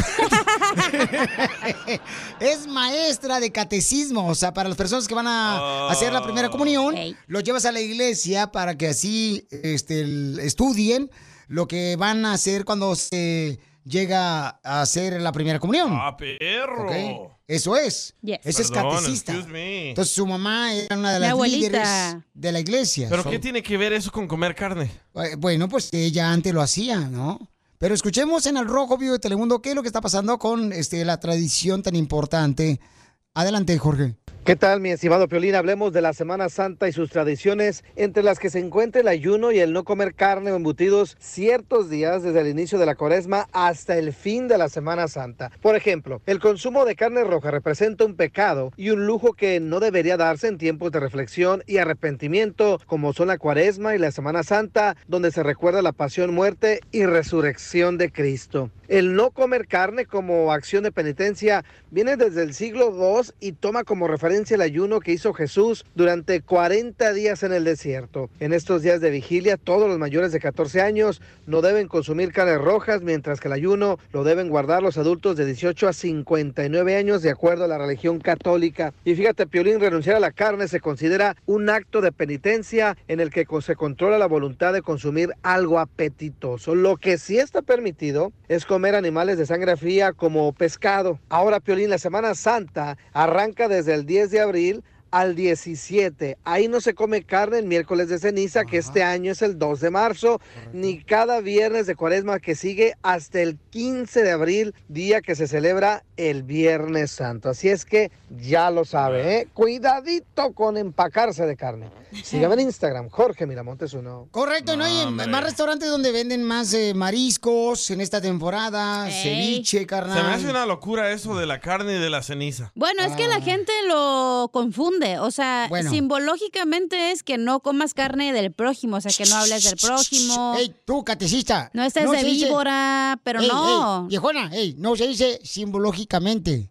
S1: es maestra de catecismo. O sea, para las personas que van
S4: Oh.
S1: a hacer la primera comunión, los llevas a la iglesia para que así este, el- estudien lo que van a hacer cuando se llega a hacer la primera comunión.
S4: ¡Ah, perro!
S1: Mm. ¿ok? Eso es.
S4: Yes.
S1: Eso es
S4: Perdón,
S1: catecista.
S4: excuse me.
S1: Entonces su mamá era una de
S4: Mi
S1: las
S4: abuelita.
S1: líderes de la iglesia.
S4: ¿Pero
S1: So-
S4: qué tiene que ver eso con comer carne?
S1: eh, Bueno, pues ella antes lo hacía, ¿no? Pero escuchemos en el Rojo Vivo de Telemundo qué es lo que está pasando con este, la tradición tan importante. Adelante, Jorge.
S6: ¿Qué tal, mi estimado Piolín? Hablemos de la Semana Santa y sus tradiciones, entre las que se encuentra el ayuno y el no comer carne o embutidos ciertos días desde el inicio de la cuaresma hasta el fin de la Semana Santa. Por ejemplo, el consumo de carne roja representa un pecado y un lujo que no debería darse en tiempos de reflexión y arrepentimiento, como son la cuaresma y la Semana Santa, donde se recuerda la pasión, muerte y resurrección de Cristo. El no comer carne como acción de penitencia viene desde el siglo II y toma como referencia referencia al ayuno que hizo Jesús durante 40 días en el desierto. En estos días de vigilia, todos los mayores de 14 años no deben consumir carnes rojas, mientras que el ayuno lo deben guardar los adultos de 18 a 59 años de acuerdo a la religión católica. Y fíjate, Piolín, renunciar a la carne se considera un acto de penitencia en el que con- se controla la voluntad de consumir algo apetitoso. Lo que sí está permitido es comer animales de sangre fría como pescado. Ahora, Piolín, la Semana Santa arranca desde el 10 de abril al 17. Ahí no se come carne el miércoles de ceniza, que este año es el 2 de marzo, ni cada viernes de cuaresma que sigue hasta el 15 de abril, día que se celebra el Viernes Santo. Así es que ya lo sabe, ¿eh? cuidadito con empacarse de carne. Sígame en Instagram, Jorge Miramontes uno.
S1: Correcto, ¿no? Y en-
S6: Hombre.
S1: más restaurantes donde venden más eh, mariscos en esta temporada, ceviche, carnal.
S4: Se me hace una locura eso de la carne y de la ceniza.
S5: Bueno, es
S1: Ah.
S5: que la gente lo confunde. O sea,
S4: Bueno.
S5: simbológicamente es que no comas carne del prójimo, o sea, que no hables del prójimo.
S1: Ey, tú, catecista.
S5: No estés de
S1: se dice-
S5: víbora, pero
S1: Ey,
S5: no.
S1: ey, viejona, ey, no se dice simbológicamente.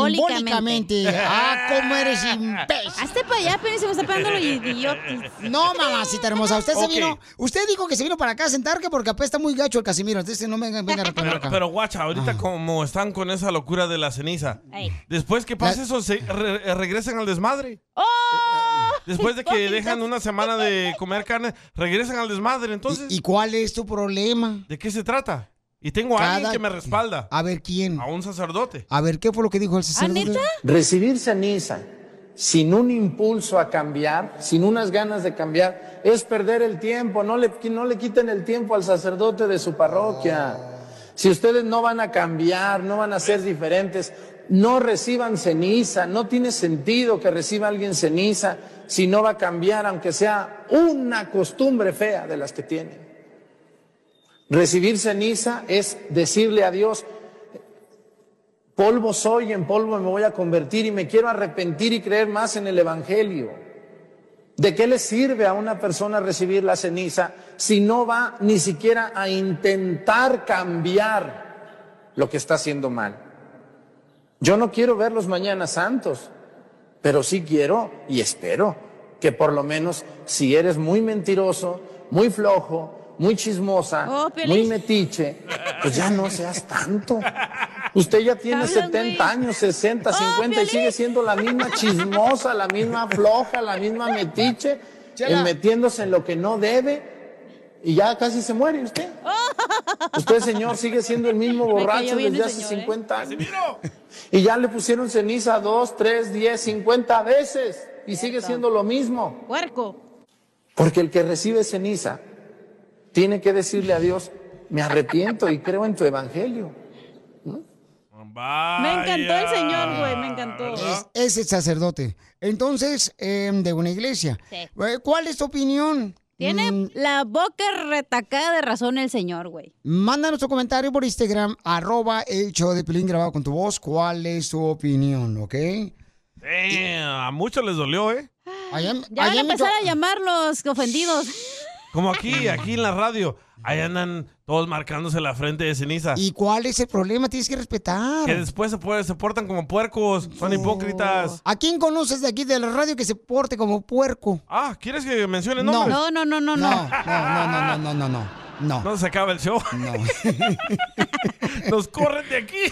S5: Simbólicamente.
S1: Simbólicamente. Ah, cómo eres imbécil.
S5: Hazte para allá, pero se me está pegando lo idiota.
S1: No, mamacita hermosa, usted
S4: Ok.
S1: se vino, usted dijo que se vino para acá a sentar que porque apesta muy gacho el Casimiro, entonces no me venga, venga a reclamar
S4: Pero,
S1: acá.
S4: pero guacha, ahorita
S1: Ah.
S4: como están con esa locura de la ceniza,
S1: Ey.
S4: después que pasa eso, se re- eh, regresan al desmadre.
S5: ¡Oh!
S4: Después de que dejan una semana de comer carne, regresan al desmadre, entonces.
S1: ¿Y cuál es tu problema?
S4: ¿De qué se trata? Y tengo a alguien
S1: Cada-
S4: que me respalda.
S1: A ver quién.
S4: A un sacerdote.
S1: A ver, ¿qué fue lo que dijo el sacerdote?
S19: Recibir ceniza sin un impulso a cambiar, sin unas ganas de cambiar, es perder el tiempo. No le, no le quiten el tiempo al sacerdote de su parroquia. Si ustedes no van a cambiar, no van a ser diferentes, no reciban ceniza. No tiene sentido que reciba alguien ceniza si no va a cambiar, aunque sea una costumbre fea de las que tiene. Recibir ceniza es decirle a Dios, Polvo soy, en polvo me voy a convertir y me quiero arrepentir y creer más en el Evangelio. ¿De qué le sirve a una persona recibir la ceniza si no va ni siquiera a intentar cambiar lo que está haciendo mal? Yo no quiero ver los mañanas santos, pero sí quiero y espero que por lo menos si eres muy mentiroso, muy flojo, muy chismosa,
S7: Oh, Piolín.
S19: muy metiche, pues ya no seas tanto. Usted ya tiene
S7: Hablan,
S19: 70 años,
S7: Oh,
S19: 60, 50 y sigue siendo la misma chismosa, la misma floja, la misma metiche,
S7: Chela.
S19: en metiéndose en lo que no debe y ya casi se muere usted. Usted, señor, sigue siendo el mismo borracho
S7: bien
S19: desde
S7: el
S19: hace
S7: señor, ¿eh?
S19: 50 años. Y ya le pusieron ceniza 2, 3, 10, 50 veces y sigue siendo lo mismo.
S5: Puerco.
S19: Porque el que recibe ceniza tiene que decirle a Dios, me arrepiento y creo en tu evangelio.
S5: Me encantó el señor, güey,
S4: ah,
S5: me encantó.
S1: Es el sacerdote. Entonces, eh, de una iglesia.
S5: Sí.
S1: Eh, ¿Cuál es tu opinión? Mm.
S5: Tiene la boca retacada de razón el señor, güey.
S1: Mándanos tu comentario por Instagram, arroba el show de Pelín grabado con tu voz. ¿Cuál es tu opinión, ok?
S4: Damn, a muchos les dolió, ¿eh?
S5: Ya van a empezar a llamar los ofendidos.
S4: Como aquí, aquí en la radio. Ahí andan todos marcándose la frente de ceniza.
S1: ¿Y cuál es el problema? Tienes que respetar.
S4: Que después se, puede- se portan como puercos. Son hipócritas.
S1: ¿A quién conoces de aquí de la radio que se porte como puerco?
S4: Ah, ¿quieres que mencione
S1: No.
S4: nombres?
S1: No, no, no, no. No, no, no, no, no, no. No.
S4: No se acaba el show.
S1: No.
S4: Nos corren de aquí.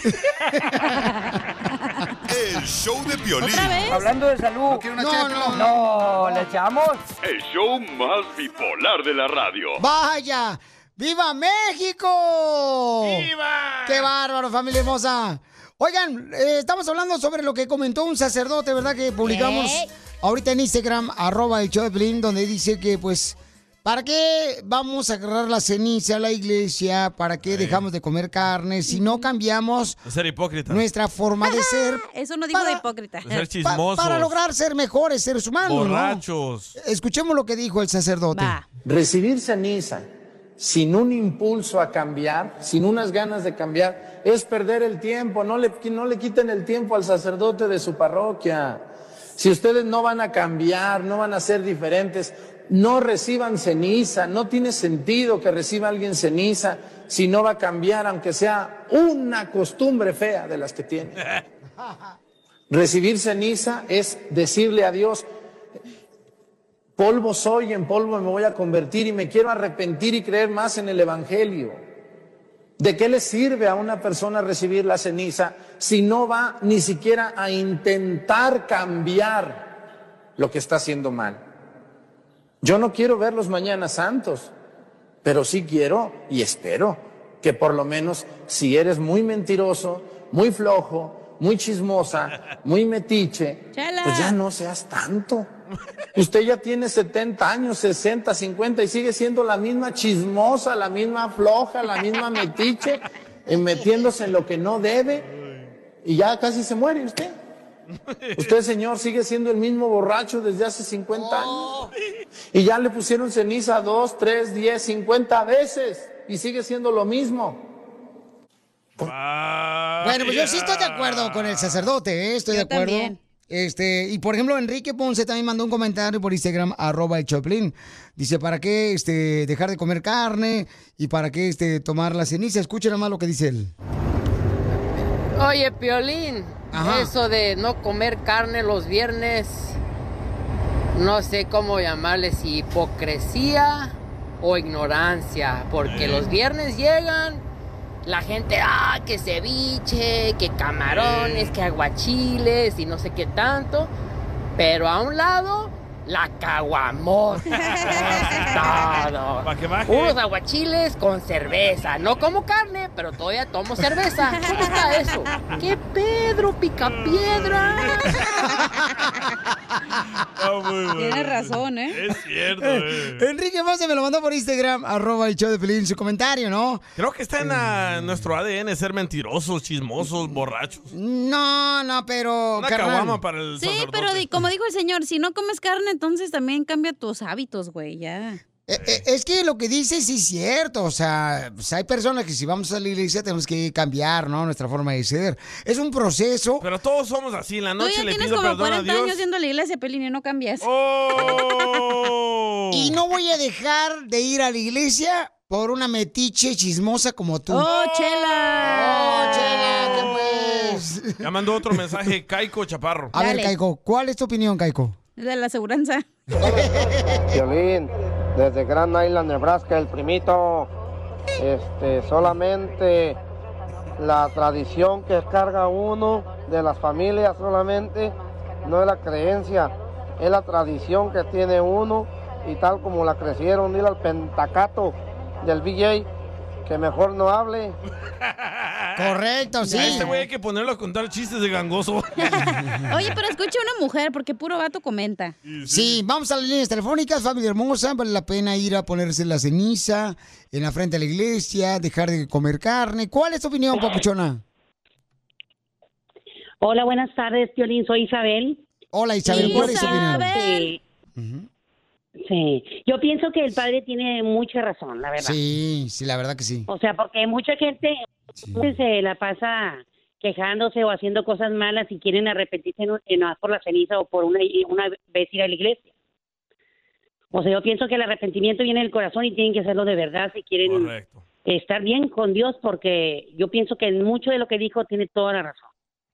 S12: El show de Piolín.
S14: Hablando de salud. ¿No
S12: una No, chela, no, Piolín?
S14: No, ¿le echamos?
S3: El show más bipolar de la radio.
S1: ¡Vaya! ¡Viva México!
S4: ¡Viva!
S1: ¡Qué bárbaro, familia hermosa! Oigan, eh, estamos hablando sobre lo que comentó un sacerdote, ¿verdad? Que publicamos
S7: ¿Qué?
S1: ahorita en Instagram, arroba el show de Piolín, donde dice que, pues, ¿para qué vamos a agarrar la ceniza a la iglesia? ¿Para qué dejamos de comer carne si no cambiamos
S4: De ser hipócrita.
S1: nuestra forma de ser?
S5: Eso no digo de hipócrita.
S4: De ser
S1: Eh, pa-
S4: chismosos.
S1: para lograr ser mejores seres
S7: Ah,
S1: humanos, ¿no?
S4: borrachos.
S1: Escuchemos lo que dijo el sacerdote.
S19: Recibir ceniza sin un impulso a cambiar, sin unas ganas de cambiar, es perder el tiempo. No le, no le quiten el tiempo al sacerdote de su parroquia. Si ustedes no van a cambiar, no van a ser diferentes, no reciban ceniza. No tiene sentido que reciba alguien ceniza si no va a cambiar, aunque sea una costumbre fea de las que tiene. Recibir ceniza es decirle a Dios, polvo soy, en polvo me voy a convertir y me quiero arrepentir y creer más en el Evangelio. ¿De qué le sirve a una persona recibir la ceniza si no va ni siquiera a intentar cambiar lo que está haciendo mal? Yo no quiero verlos mañana santos, pero sí quiero y espero que por lo menos si eres muy mentiroso, muy flojo, muy chismosa, muy metiche,
S5: Chela.
S19: pues ya no seas tanto. Usted ya tiene 70 años, 60, 50 y sigue siendo la misma chismosa, la misma floja, la misma metiche, en metiéndose en lo que no debe y ya casi se muere usted. Usted, señor, sigue siendo el mismo borracho desde hace 50 años. Y ya le pusieron ceniza dos, tres, diez, 50 veces y sigue siendo lo mismo.
S1: Bueno, pues yo sí estoy de
S4: Ah.
S1: acuerdo con el sacerdote, ¿eh? estoy de acuerdo.
S5: también.
S1: Este, y por ejemplo, Enrique Ponce también mandó un comentario por Instagram, arroba el Choplin. Dice, ¿para qué este, dejar de comer carne? ¿Y para qué este, tomar la ceniza? Escuchen nada más lo que dice él.
S20: Oye, Piolín,
S1: Ajá.
S20: eso de no comer carne los viernes, no sé cómo llamarle, si hipocresía o ignorancia, porque
S2: Eh.
S20: los viernes llegan, la gente, ah, que ceviche, que camarones, que aguachiles y no sé qué tanto, pero a un lado, la caguamota. Todo. Unos aguachiles con cerveza. No como carne, pero todavía tomo cerveza. ¿Cómo está eso? ¿Qué Pedro Picapiedra?
S4: Ah,
S5: Tienes razón, ¿eh?
S4: Es cierto, eh.
S1: Enrique Ponce me lo mandó por Instagram, arroba el show de Pelín, su comentario, ¿no?
S4: Creo que está en
S1: Mm.
S4: la- nuestro ADN ser mentirosos, chismosos, borrachos.
S1: No, no, pero.
S4: Una
S1: carnal.
S4: caguama para el
S5: Sí,
S4: sacerdote.
S5: pero di- como dijo el señor, si no comes carne, entonces también cambia tus hábitos, güey, ya.
S1: Eh, eh, Es que lo que dice sí es cierto, o sea, pues hay personas que si vamos a la iglesia tenemos que cambiar, ¿no? Nuestra forma de ser. Es un proceso.
S4: Pero todos somos así. En la
S5: Tú
S4: noche
S5: ya
S4: le
S5: tienes
S4: pido
S5: como
S4: perdón a
S5: 40 años
S4: Dios. Oh.
S5: yendo a la iglesia, Pelín, y no cambias.
S1: Y no voy a dejar de ir a la iglesia por una metiche chismosa como tú.
S5: ¡Oh, chela!
S1: ¡Oh, chela! ¿qué pues?
S4: Ya mandó otro mensaje Caico Chaparro.
S1: A ver, Caico, ¿cuál es tu opinión, Caico?
S5: De la aseguranza.
S21: Violín, desde Grand Island, Nebraska, el primito. Este, solamente la tradición que carga uno de las familias solamente no es la creencia, es la tradición que tiene uno y tal como la crecieron, dile al pentacato del BJ que mejor no hable.
S1: Correcto,
S4: sí. este güey hay que ponerlo a contar chistes de gangoso.
S5: Oye, pero escucha una mujer, porque puro vato comenta.
S1: Sí, vamos a las líneas telefónicas, familia hermosa. Vale la pena ir a ponerse la ceniza en la frente de la iglesia, dejar de comer carne. ¿Cuál es tu opinión, papuchona?
S22: Hola, buenas tardes, Violín. Soy Isabel.
S1: Hola, Isabel. ¿Cuál es tu opinión?
S22: Sí. Sí. Yo pienso que el padre tiene mucha razón, la verdad.
S1: Sí, sí, la verdad que sí.
S22: O sea, porque mucha gente se la pasa quejándose o haciendo cosas malas y quieren arrepentirse en, un- en- por la ceniza o por una, una vez ir a la iglesia. O sea, yo pienso que el arrepentimiento viene del corazón y tienen que hacerlo de verdad si quieren estar bien con Dios, porque yo pienso que mucho de lo que dijo tiene toda la razón.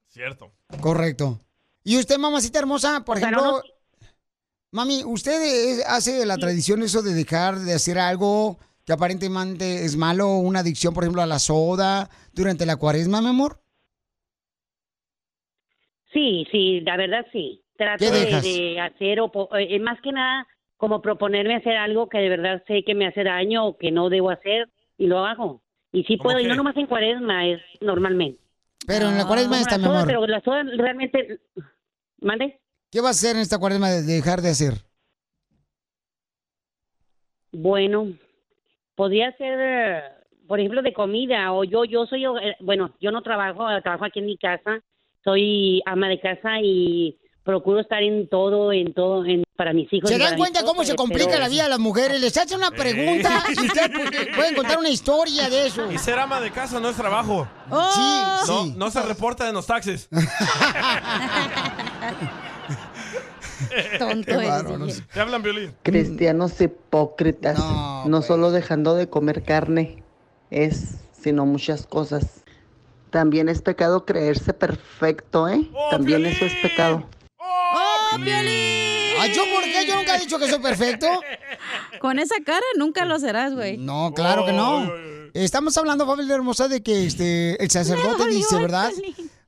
S4: Cierto.
S1: Correcto. Y usted, mamacita hermosa, por
S22: O sea,
S1: ejemplo,
S22: no, no.
S1: mami, usted eh, hace la tradición eso de dejar de hacer algo que aparentemente es malo, una adicción, por ejemplo, a la soda durante la cuaresma, mi amor.
S22: Sí, sí, la verdad sí. Trato
S1: ¿Qué
S22: de,
S1: dejas?
S22: de hacer, o po- eh, más que nada, como proponerme hacer algo que de verdad sé que me hace daño o que no debo hacer y lo hago. Y sí puedo, y no nomás en cuaresma, es normalmente.
S1: Pero en la cuaresma
S22: Como
S1: está,
S22: la
S1: mi
S22: soda,
S1: amor.
S22: Pero la soda realmente, ¿mande?
S1: ¿Qué va a hacer en esta cuaresma de dejar de hacer?
S22: Bueno, podría ser, eh, por ejemplo, de comida o yo, yo soy, eh, bueno, yo no trabajo, eh, trabajo aquí en mi casa, soy ama de casa y procuro estar en todo, en todo, en, para mis hijos. y
S1: ¿Se dan
S22: para mi
S1: cuenta cómo
S22: esposa,
S1: se complica
S22: pero-
S1: la vida a las mujeres? Les hace una pregunta y ustedes pu- pueden contar una historia de eso.
S4: Y ser ama de casa no es trabajo.
S22: Oh.
S1: Sí,
S4: no,
S1: sí.
S4: no se reporta en los taxes.
S5: Tonto
S4: Qué
S5: eres,
S4: bárbaro,
S5: DJ.
S4: no sé. Te hablan violín.
S23: Cristianos hipócritas,
S1: pues.
S23: no, solo dejando de comer carne, es sino muchas cosas.
S9: También es pecado creerse perfecto, ¿eh?
S5: Oh,
S9: También eso es pecado.
S1: ¡Oh, Piolín! Ay, Ah, ¿yo por qué? Yo nunca he dicho que soy perfecto. Mm,
S5: Con esa cara nunca lo serás, güey.
S1: No, claro que no. Estamos hablando, Fabiola Hermosa, de que este, el sacerdote dice, ¿verdad?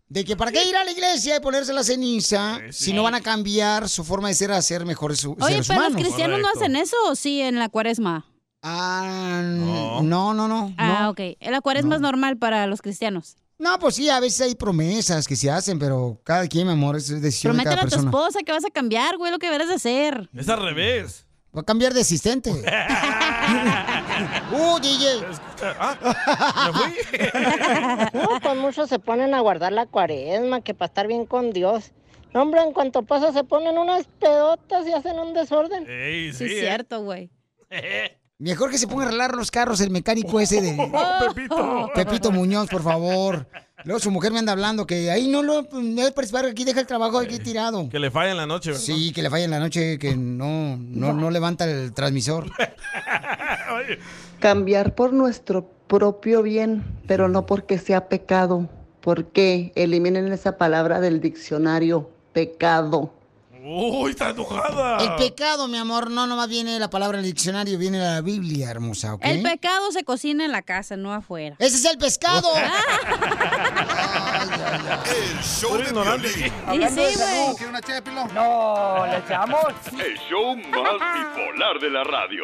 S1: De que para qué ir a la iglesia y ponerse la ceniza si no van a cambiar su forma de ser a ser mejores su-
S5: Oye,
S1: seres
S5: pero
S1: humanos.
S5: los cristianos no hacen eso, ¿o sí, en la cuaresma?
S1: Ah, No, no, no.
S5: Ah,
S1: no.
S5: ok. La cuaresma es normal para los cristianos.
S1: No, pues sí, a veces hay promesas que se hacen, pero cada quien, mi amor, es decisión de
S5: Prometen
S1: cada
S5: a tu
S1: persona.
S5: esposa que vas a cambiar, güey, lo que deberás de hacer.
S4: Es al revés.
S1: Va a cambiar de asistente. ¡Uh, DJ! ah,
S17: No, pues muchos se ponen a guardar la cuaresma, que para estar bien con Dios. No, hombre, en cuanto pasa se ponen unas pedotas y hacen un desorden.
S5: sí, es cierto, güey.
S1: Mejor que se ponga a arreglar los carros el mecánico ese de...
S4: Oh,
S5: Pepito.
S1: Pepito Muñoz, por favor. Luego su mujer me anda hablando que ahí no lo no debe participar, aquí deja el trabajo aquí tirado.
S4: Que le falla en la noche, ¿verdad?
S1: Sí, que le falla en la noche, que no, no, no levanta el transmisor.
S9: Cambiar por nuestro propio bien, pero no porque sea pecado. Porque eliminen esa palabra del diccionario, pecado.
S4: ¡Uy, está enojada!
S1: El pecado, mi amor, no nomás viene la palabra en el diccionario, viene la Biblia, hermosa, ¿ok?
S5: El pecado se cocina en la casa, no afuera.
S1: ¡Ese es el pescado!
S12: El show de Piolín.
S3: Hablando de salud,
S12: ¿quiere
S1: una
S3: No, ¿le echamos? El show más bipolar de la radio.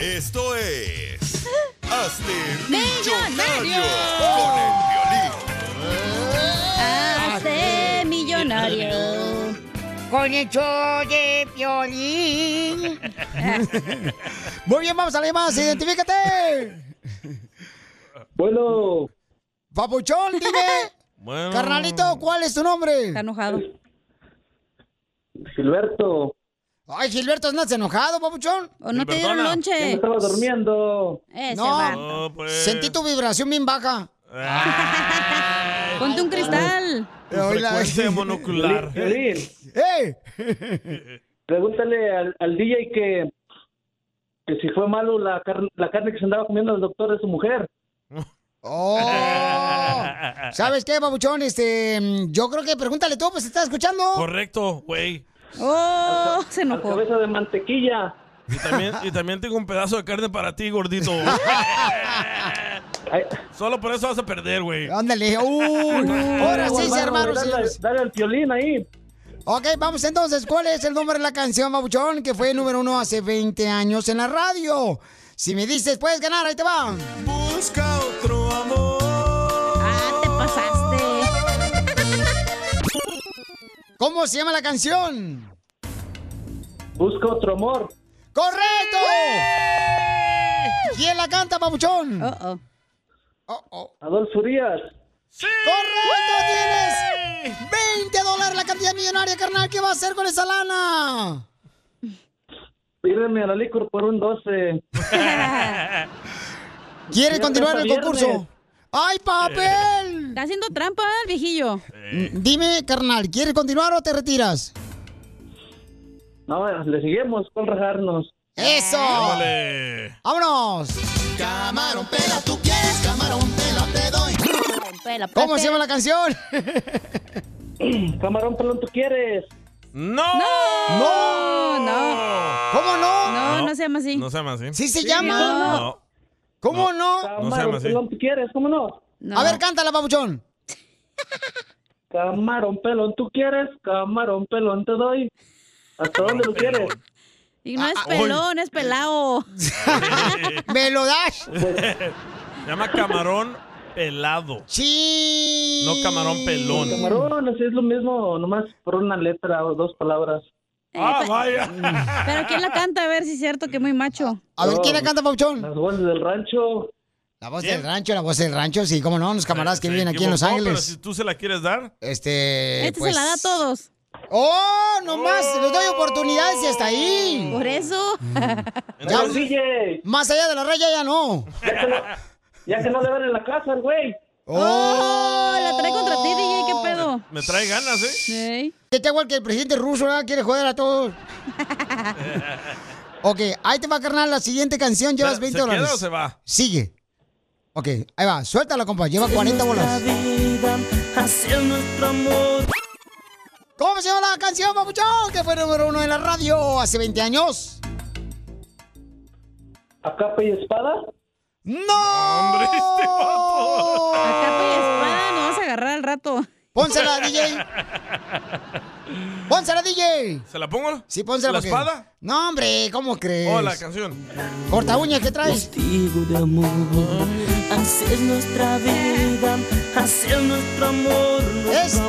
S12: Esto es. Hazte
S5: ¡Millonario!
S12: millonario con el violín.
S5: Hazte Ah, millonario.
S1: Ah, Con el show de violín. Muy bien, vamos a leer más. Identifícate.
S24: Bueno,
S1: Papuchón, dime.
S24: Bueno.
S1: Carnalito, ¿cuál es tu nombre? Está
S5: enojado.
S24: Gilberto.
S1: Ay, Gilberto, ¿no enojado, papuchón?
S5: ¿O no te Gilbertona. dieron lonche? Eh, Ya me estaba durmiendo. Ese vato.
S1: no, sentí tu vibración bien baja.
S5: Ponte un cristal.
S1: Eh,
S4: frecuencia monocular.
S24: ¡Eh! Pregúntale al, al DJ que, que si fue malo la, car- la carne que se andaba comiendo el doctor de su mujer.
S1: Oh. ¿Sabes qué, papuchón? Este, mm, yo creo que pregúntale tú, pues está escuchando.
S4: Correcto, güey.
S5: Oh, se
S24: enojó. cabeza de mantequilla.
S4: Y también, y también tengo un pedazo de carne para ti, gordito. Solo por eso vas a perder, güey.
S1: Ándale. Uh, ahora sí se armaron, señores.
S24: Dale el violín ahí.
S1: Ok, vamos entonces. ¿Cuál es el nombre de la canción, Babuchón? Que fue número uno hace 20 años en la radio. Si me dices, puedes ganar, ahí te va.
S2: Busca otro amor.
S5: Ah, te pasaste.
S1: ¿Cómo se llama la canción?
S24: Busca otro amor.
S1: ¡Correcto! ¿Quién la canta, Babuchón?
S5: Oh,
S24: Adolfo Urias.
S1: ¡Correcto! ¡Tienes 20 dólares la cantidad millonaria, carnal! ¿Qué va a hacer con esa lana?
S24: Pídeme a la licor por un 12.
S1: ¿Quieres
S24: Ya
S1: continuar
S24: pasa
S1: el
S24: viernes.
S1: concurso? ¡Ay, papel!
S5: Eh. Está haciendo trampa, el viejillo.
S1: Mm, Dime, carnal, ¿quieres continuar o te retiras?
S24: No, le seguimos con rajarnos.
S1: ¡Eso! ¡Vámonos!
S2: Camarón pela, tú quieres camarón pela, te doy.
S1: ¿Cómo se llama la canción?
S24: Camarón pelón, tú quieres.
S4: ¡No!
S5: ¡No! ¡No!
S1: ¿Cómo no?
S5: No, no se llama así.
S4: No se llama así.
S1: ¿Sí se llama?
S4: No.
S1: ¿Cómo no?
S4: No se llama así.
S2: pelón, tú quieres, ¿cómo no?
S1: A ver, cántala, papuchón.
S2: Camarón pelón, tú quieres, camarón pelón te doy. ¿Hasta dónde lo quieres?
S5: Y no es pelón, es pelao.
S1: Ah, ¡Me lo das!
S4: Se llama camarón pelado.
S1: ¡Sí!
S4: No camarón pelón.
S2: Camarón, así es lo mismo, nomás por una letra o dos palabras.
S4: Ah, vaya.
S5: Pero ¿quién la canta? A ver si es cierto que muy macho.
S1: A ver, ¿quién la canta, Pauchón?
S2: Las voces del rancho.
S1: La voz del rancho, la voz del rancho, sí, cómo no, los camaradas que viven aquí en Los
S4: Equivocó,
S1: Ángeles.
S4: Pero si tú se la quieres dar.
S1: Este.
S5: Este se la da a todos.
S1: ¡Oh! Nomás les doy oportunidades y hasta ahí. Mm.
S5: Por eso.
S1: Ya, más allá de la raya ya no.
S2: Ya que no le van en la casa al güey.
S5: ¡Oh! La trae contra ti, DJ, ¿qué pedo?
S4: Me trae ganas, ¿eh?
S1: Está igual que el presidente ruso, ¿verdad? Quiere joder a todos. ok, ahí te va, carnal, la siguiente canción. Llevas
S4: Pero,
S1: 20
S4: ¿se queda
S1: dólares.
S4: o se va?
S1: Sigue. Ok, ahí va. Suéltala, compa. Lleva 40 bolas. ¿Cómo se llama la canción, papuchón? Que fue número uno en la radio hace 20 años.
S2: ¿A capa y espada?
S1: ¡No!
S2: ¡Hombre, este
S5: A capa y espada nos vas a agarrar al rato.
S1: Pónsela, DJ. Pónsela, DJ.
S4: ¿Se la pongo?
S1: Sí, pónsela.
S4: ¿La
S1: porque-
S4: espada?
S1: No, hombre, ¿cómo crees?
S4: Oh, la canción.
S1: Corta uñas, ¿qué traes?
S7: Testigo de amor, haces nuestra vida, haces nuestro amor.
S1: Es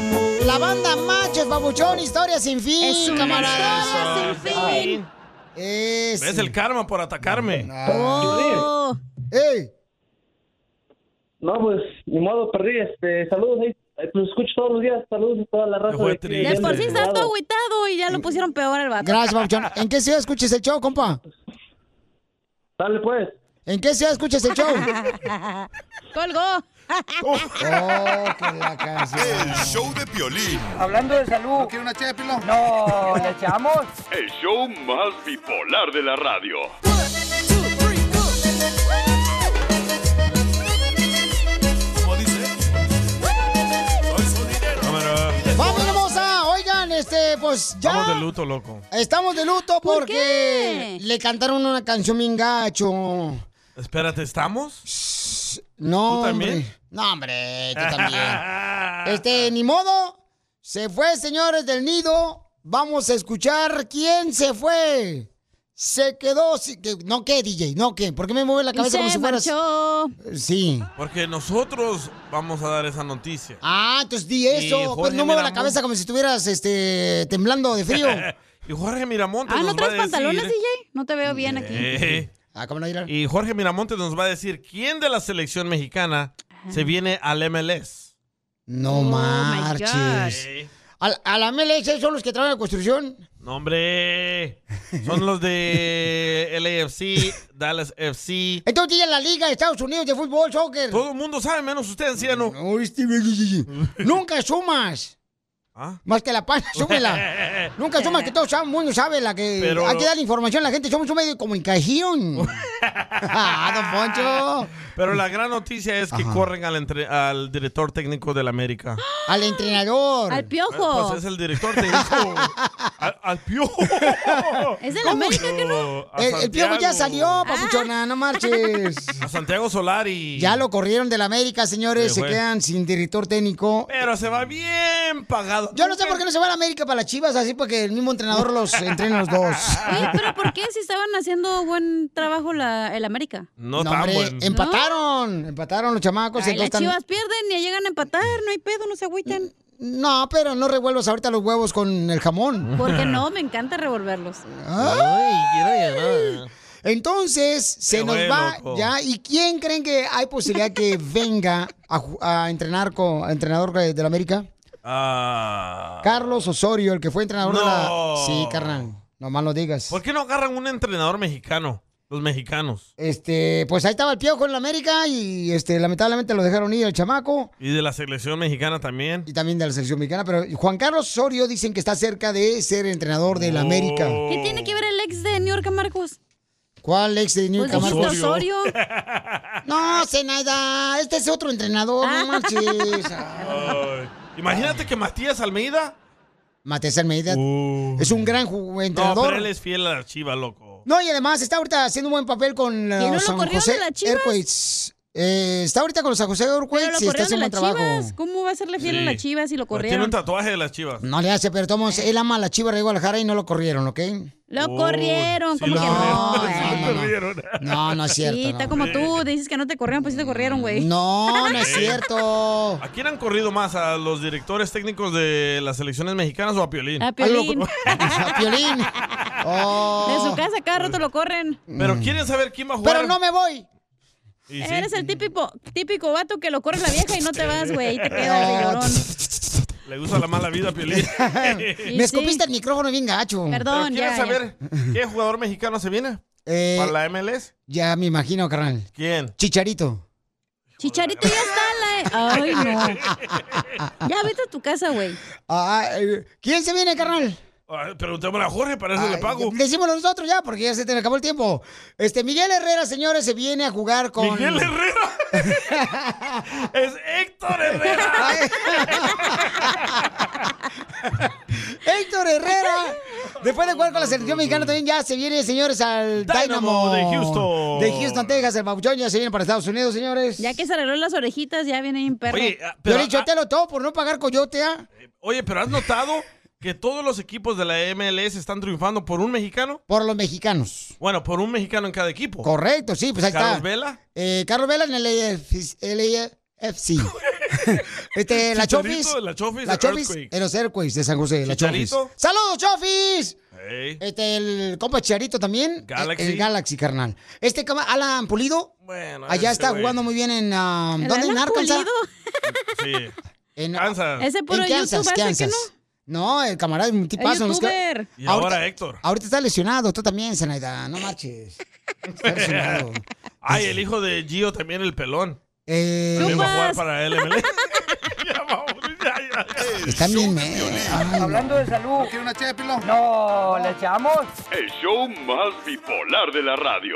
S1: la banda Machos, babuchón, historia sin fin,
S7: Es una
S1: camaradas.
S4: historia sin Ay. fin.
S1: Es...
S4: ¿Ves el karma por atacarme? Oh.
S1: Oh. ¡Ey!
S2: No, pues, ni modo, perdí. Este, saludos, ahí. eh, Pues escucho todos los días. Saludos a toda la raza. de aquí,
S5: De por sí está todo agüitado y ya lo pusieron peor al vato.
S1: Gracias, babuchón. ¿En qué ciudad escuchas el show, compa?
S2: Dale, pues.
S1: ¿En qué ciudad escuchas el este show?
S5: ¡Colgó!
S10: Oh,
S12: El show de Piolín.
S10: Hablando de salud. ¿Quiere una ché, No, ¿le echamos?
S3: El show más bipolar de la radio.
S1: ¡Vamos, hermosa! Oigan, este, pues ya.
S4: Estamos de luto, loco.
S1: Estamos de luto
S4: ¿Por
S1: porque le cantaron una canción bien gacho.
S4: Espérate, ¿estamos?
S1: No.
S4: ¿Tú también?
S1: hombre. No, hombre, tú también. Este, ni modo. Se fue, señores del nido. Vamos a escuchar quién se fue. Se quedó. sin- que- No, ¿qué, DJ? No, ¿qué? ¿Por qué me mueve la cabeza como si fueras? Sí.
S4: Porque nosotros vamos a dar esa noticia.
S1: Ah, entonces di
S4: Y
S1: eso. pues
S4: Jorge
S1: no mueve la
S4: Miramón.
S1: cabeza como si estuvieras este, temblando de
S4: Oh
S1: frío.
S4: y Jorge Miramontes
S5: Ah, ¿no
S4: nos
S5: traes
S4: va a decir...
S5: pantalones, DJ? No te veo bien aquí.
S4: Eh.
S1: Ah, Y
S4: Jorge Miramontes nos va a decir quién de la selección mexicana se viene al MLS.
S5: Oh
S1: No
S4: Oh
S1: marches.
S4: Eh,
S1: ¿A, a la MLS son los que traen la construcción?
S4: No, hombre. Son los de LAFC, Dallas FC.
S1: Entonces ya la Liga de Estados Unidos de Fútbol, Soccer. este, Todo
S4: el mundo sabe, menos usted, anciano.
S1: Nunca sumas.
S4: ¿Ah?
S1: Más que la pana, súmela. Nunca sumas que todo el mundo sabe la que
S4: Pero-
S1: hay que dar información a la gente. Somos un medio de comunicación. ah, don Poncho.
S4: Pero la gran noticia es que corren al, entre- al director técnico del América.
S1: Al entrenador.
S5: Al
S4: Eh,
S5: piojo.
S4: Pues es el director técnico. al, al piojo.
S5: Es de la América que no. Ah.
S4: A
S1: El, el piojo ya
S4: Santiago.
S1: salió, papuchona, no marches.
S4: A Santiago Solari.
S1: Ya lo corrieron del América, señores.
S4: Se
S1: Se
S4: fue.
S1: quedan sin director técnico.
S4: Pero se va bien pagado.
S1: Yo no sé por qué no se va a la América para las chivas, así porque el mismo entrenador los entrena los dos.
S5: Oye, pero ¿por qué si estaban haciendo buen trabajo la, el América?
S4: No,
S1: No,
S4: tan
S1: hombre,
S4: bueno.
S1: empataron, empataron los chamacos.
S5: Ay, las
S1: entonces
S5: chivas
S1: están-
S5: pierden y llegan a empatar, no hay pedo, no se agüiten.
S1: No, pero no revuelvas ahorita los huevos con el jamón.
S5: Porque no, me encanta revolverlos.
S1: Entonces, se
S5: Qué
S1: nos
S5: güey,
S1: va
S5: loco.
S1: ya. ¿Y quién creen que hay posibilidad que venga a, ju- a entrenar con a entrenador de- del América?
S4: Ah.
S1: Carlos Osorio, el que fue entrenador de la.
S4: No.
S1: Sí, carnal. Nomás lo digas.
S4: ¿Por qué no agarran un entrenador mexicano? Los mexicanos.
S1: Este, pues ahí estaba el piojo en la América y este, lamentablemente lo dejaron ir al chamaco.
S4: Y de la selección mexicana también.
S1: Y también de la selección mexicana, pero Juan Carlos Osorio dicen que está cerca de ser entrenador del América.
S4: Oh.
S5: ¿Qué tiene que ver el ex de New York a Marcos?
S1: ¿Cuál ex de New
S5: Pues dijiste Osorio.
S1: No, Zenaida, este es otro entrenador, no manches.
S4: Ay, Imagínate que Matías Almeida
S1: Matezal Almeida. Es un gran ju-
S4: Uh. No,
S1: entrenador.
S4: pero él es fiel a la chiva, loco.
S1: No, y además está ahorita haciendo un buen papel con
S4: no
S1: los
S4: lo
S1: San
S4: corrieron
S1: José
S4: de las Chivas?
S1: Airquakes. Eh, está ahorita con los San José
S5: Pero lo
S1: Earthquakes y está
S5: corrieron de
S1: haciendo un
S5: las
S1: buen trabajo.
S5: chivas. ¿Cómo va a serle fiel a las
S4: Sí.
S5: chivas si lo
S4: Pero Tiene
S5: corrieron?
S4: un tatuaje de las chivas.
S1: No le hace, pero tomos, él ama a la Chivas de Guadalajara y no lo corrieron, ¿ok?
S5: Lo
S4: Oh,
S5: corrieron,
S1: sí
S5: ¿cómo
S1: lo
S5: que no?
S1: corrieron, sí lo
S5: eh?
S1: corrieron. No, no es cierto.
S5: Sí, está
S1: no.
S5: como tú, dices que no te corrieron, pues sí te corrieron, güey.
S1: No, no
S4: es
S1: cierto.
S4: ¿A quién han corrido más? ¿A los directores técnicos de las selecciones mexicanas o a Piolín?
S5: A Piolín.
S1: A Oh. Piolín.
S5: De su casa cada rato lo corren.
S4: Pero quieren saber quién va a jugar.
S5: Pero no
S1: Mm. me voy.
S4: Y sí.
S5: Eh, Eres el típico, típico vato que lo corre la vieja y no te vas, güey. Y te quedas de llorón.
S4: Le gusta la mala vida a Piolín.
S1: Me escupiste el micrófono bien gacho.
S4: Pero ¿Quieres saber qué jugador mexicano se viene?
S1: Eh,
S4: ¿Para la MLS?
S1: Ya me imagino, carnal.
S4: ¿Quién?
S1: Chicharito.
S5: Chicharito ya está, la... e-, Ay, no. Ya vete a tu casa, güey.
S1: Ah, ¿Quién se viene, carnal?
S4: Ah, Preguntémosle a Jorge, para eso le pago.
S1: Decímoslo nosotros ya, porque ya se te acabó el tiempo. Este, Miguel Herrera, señores, se viene a jugar con.
S4: Miguel Herrera. es Héctor Herrera.
S1: Héctor Herrera. Después de jugar con la selección mexicana también ya se viene, señores, al Dynamo,
S4: Dynamo de Houston.
S1: De Houston, Texas, el Papuchón ya se viene para Estados Unidos, señores.
S5: Ya que se arregló las orejitas, ya viene ahí un perro.
S4: Oye, ah,
S1: Yo
S4: pero-
S1: le yo te lo todo por no pagar coyote, ¿ah?
S4: Oye, pero ¿has notado que todos los equipos de la MLS están triunfando por un mexicano?
S1: Por los mexicanos.
S4: Bueno, por un mexicano en cada equipo.
S1: Correcto, sí, pues ahí
S4: Carlos
S1: está.
S4: Vela.
S1: Eh, Carlos Vela en el LAFC. este, la
S4: Chicharito,
S1: Chofis.
S4: la Chofis,
S1: La
S4: el
S1: Chofis
S4: Earthquake.
S1: en los Airquakes de San José. La Chofis.
S4: Chicharito.
S1: ¡Saludos, Chofis!
S4: Ey.
S1: Este, el compa Chicharito también.
S4: Galaxy.
S1: El Galaxy, carnal. Este, cama- Alan Pulido.
S4: Bueno,
S1: Allá
S4: ese
S1: está
S4: güey.
S1: jugando muy bien en... ah,
S5: ¿El
S1: ¿Dónde? ¿En
S5: Alan
S1: Arkansas?
S5: Pulido?
S4: Sí. Kansas.
S5: Ese puro
S1: en Kansas,
S5: YouTube hace que
S1: Kansas. No, el camarada es un tipazo. ¿no? Es que-
S5: youtuber.
S4: Y ahora Héctor.
S1: Ahorita está lesionado, tú también, Zenaida. No marches. Está lesionado.
S4: Ay, el hijo de Gio también, el pelón.
S1: Eh,
S4: También va a jugar para el MLS.
S1: Están bien,
S10: Hablando de salud. ¿Quiere una ché, Pilón? No, ¿le echamos?
S3: El show más bipolar de la radio.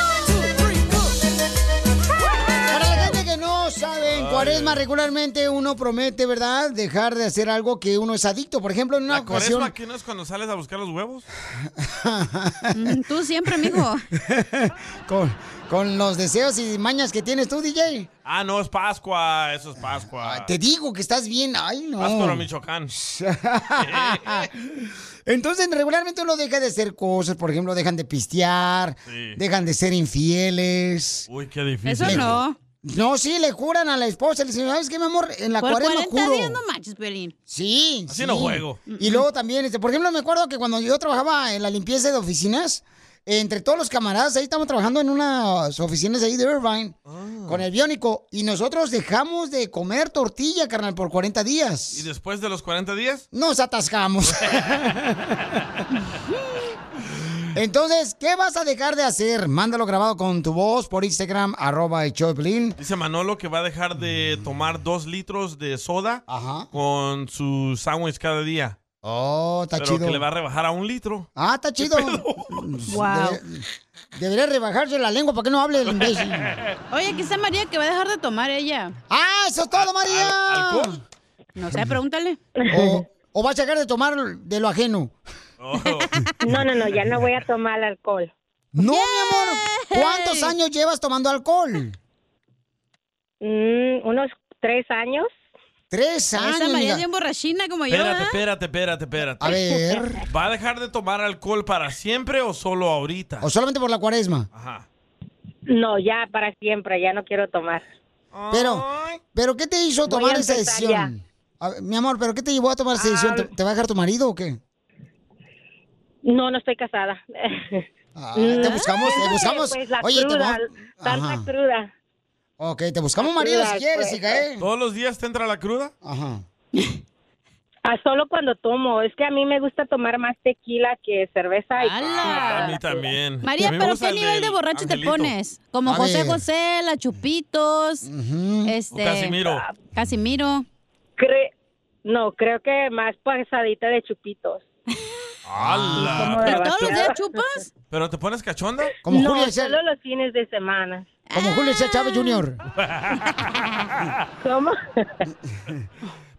S1: Para la gente que no sabe, en cuaresma regularmente uno promete, ¿verdad? Dejar de hacer algo que uno es adicto. Por ejemplo, en una ocasión...
S4: ¿Cuaresma qué no es cuando sales a buscar los huevos?
S1: Mm, Tú siempre, mijo. con, con los deseos y mañas que tienes tú, DJ.
S4: Ah, no, es Pascua. Eso es Pascua.
S1: Te digo que estás bien. Ay, no.
S4: Pascua, Michoacán.
S1: Entonces, regularmente uno deja de hacer cosas. Por ejemplo, dejan de pistear,
S4: Sí.
S1: dejan de ser infieles.
S4: Uy, qué difícil.
S1: Le- No, sí, le juran a la esposa. Le dicen, ¿sabes qué, mi amor? En la
S5: Por
S1: cuaresma
S5: 40
S1: juro.
S5: días no manches, Pelín.
S1: Sí.
S5: Así
S1: sí.
S5: no juego.
S1: Y luego también, este, por ejemplo, me acuerdo que cuando yo trabajaba en la limpieza de oficinas, entre todos los camaradas, ahí estamos trabajando en unas oficinas ahí de Irvine, con el biónico, y nosotros dejamos de comer tortilla, carnal, por 40 días.
S4: ¿Y después de los 40 días?
S1: Nos atascamos. Entonces, ¿qué vas a dejar de hacer? Mándalo grabado con tu voz por Instagram, arroba el show de Piolín.
S4: Dice Manolo que va a dejar de
S1: Mm.
S4: tomar dos litros de soda con su sándwich cada día.
S1: Oh, está
S4: Pero
S1: chido.
S4: que le va a rebajar a un litro.
S1: Ah, está chido.
S5: Wow.
S1: Debe- debería rebajarse la lengua para que no hable el imbécil.
S5: Oye, aquí está María que va a dejar de tomar ella.
S1: ¡Ah, eso es todo, María!
S5: No sé, pregúntale.
S1: O, o va a llegar de tomar de lo ajeno.
S22: No, no, no, ya no voy a tomar alcohol.
S1: No, mi amor. ¿Cuántos años llevas tomando alcohol?
S22: Mm, unos tres años.
S1: Tres años.
S5: Esa María es bien borrachina como yo, ¿ah?
S4: Espérate, espérate, espérate, espérate.
S1: A ver.
S4: ¿Va a dejar de tomar alcohol para siempre o solo ahorita?
S1: ¿O solamente por la cuaresma?
S4: Ajá.
S22: No, ya para siempre, ya no quiero tomar.
S1: Pero, pero ¿qué te hizo
S22: Voy a
S1: tomar esa
S22: empezar Ah.
S1: decisión? A ver, mi amor, ¿pero qué te llevó a tomar esa decisión? ¿Te, te va a dejar tu marido o qué?
S22: No, no estoy casada.
S1: Ah, te buscamos, te
S22: Siempre,
S1: buscamos.
S22: pues, la
S1: Oye, te
S22: cruda,
S1: vamos-
S22: tanta
S1: Ajá.
S22: cruda.
S1: Ok, te buscamos marido si quieres, hija, ¿eh?
S4: ¿Todos los días te entra la cruda?
S1: Ajá.
S22: Ah, solo cuando tomo, es que a mí me gusta tomar más tequila que cerveza y
S4: Ah, A mí también.
S5: María,
S4: A mí me
S5: pero
S4: gusta
S5: ¿qué
S4: el
S5: nivel de
S4: del
S5: borracho te
S4: Angelito.
S5: pones? Como
S4: A
S5: José
S4: ver.
S5: José, la Chupitos, este...
S4: O Casimiro.
S5: Casimiro.
S22: Cre- no, creo que más pasadita de chupitos.
S4: ¡Hala!
S22: ¿Cómo ¿Pero
S4: Pues
S22: la todos los vaciada? días
S5: chupas?
S4: ¿Pero te pones cachonda?
S22: no, solo los fines de semana.
S1: Como Julio C. Chávez Jr.
S22: ¿Cómo?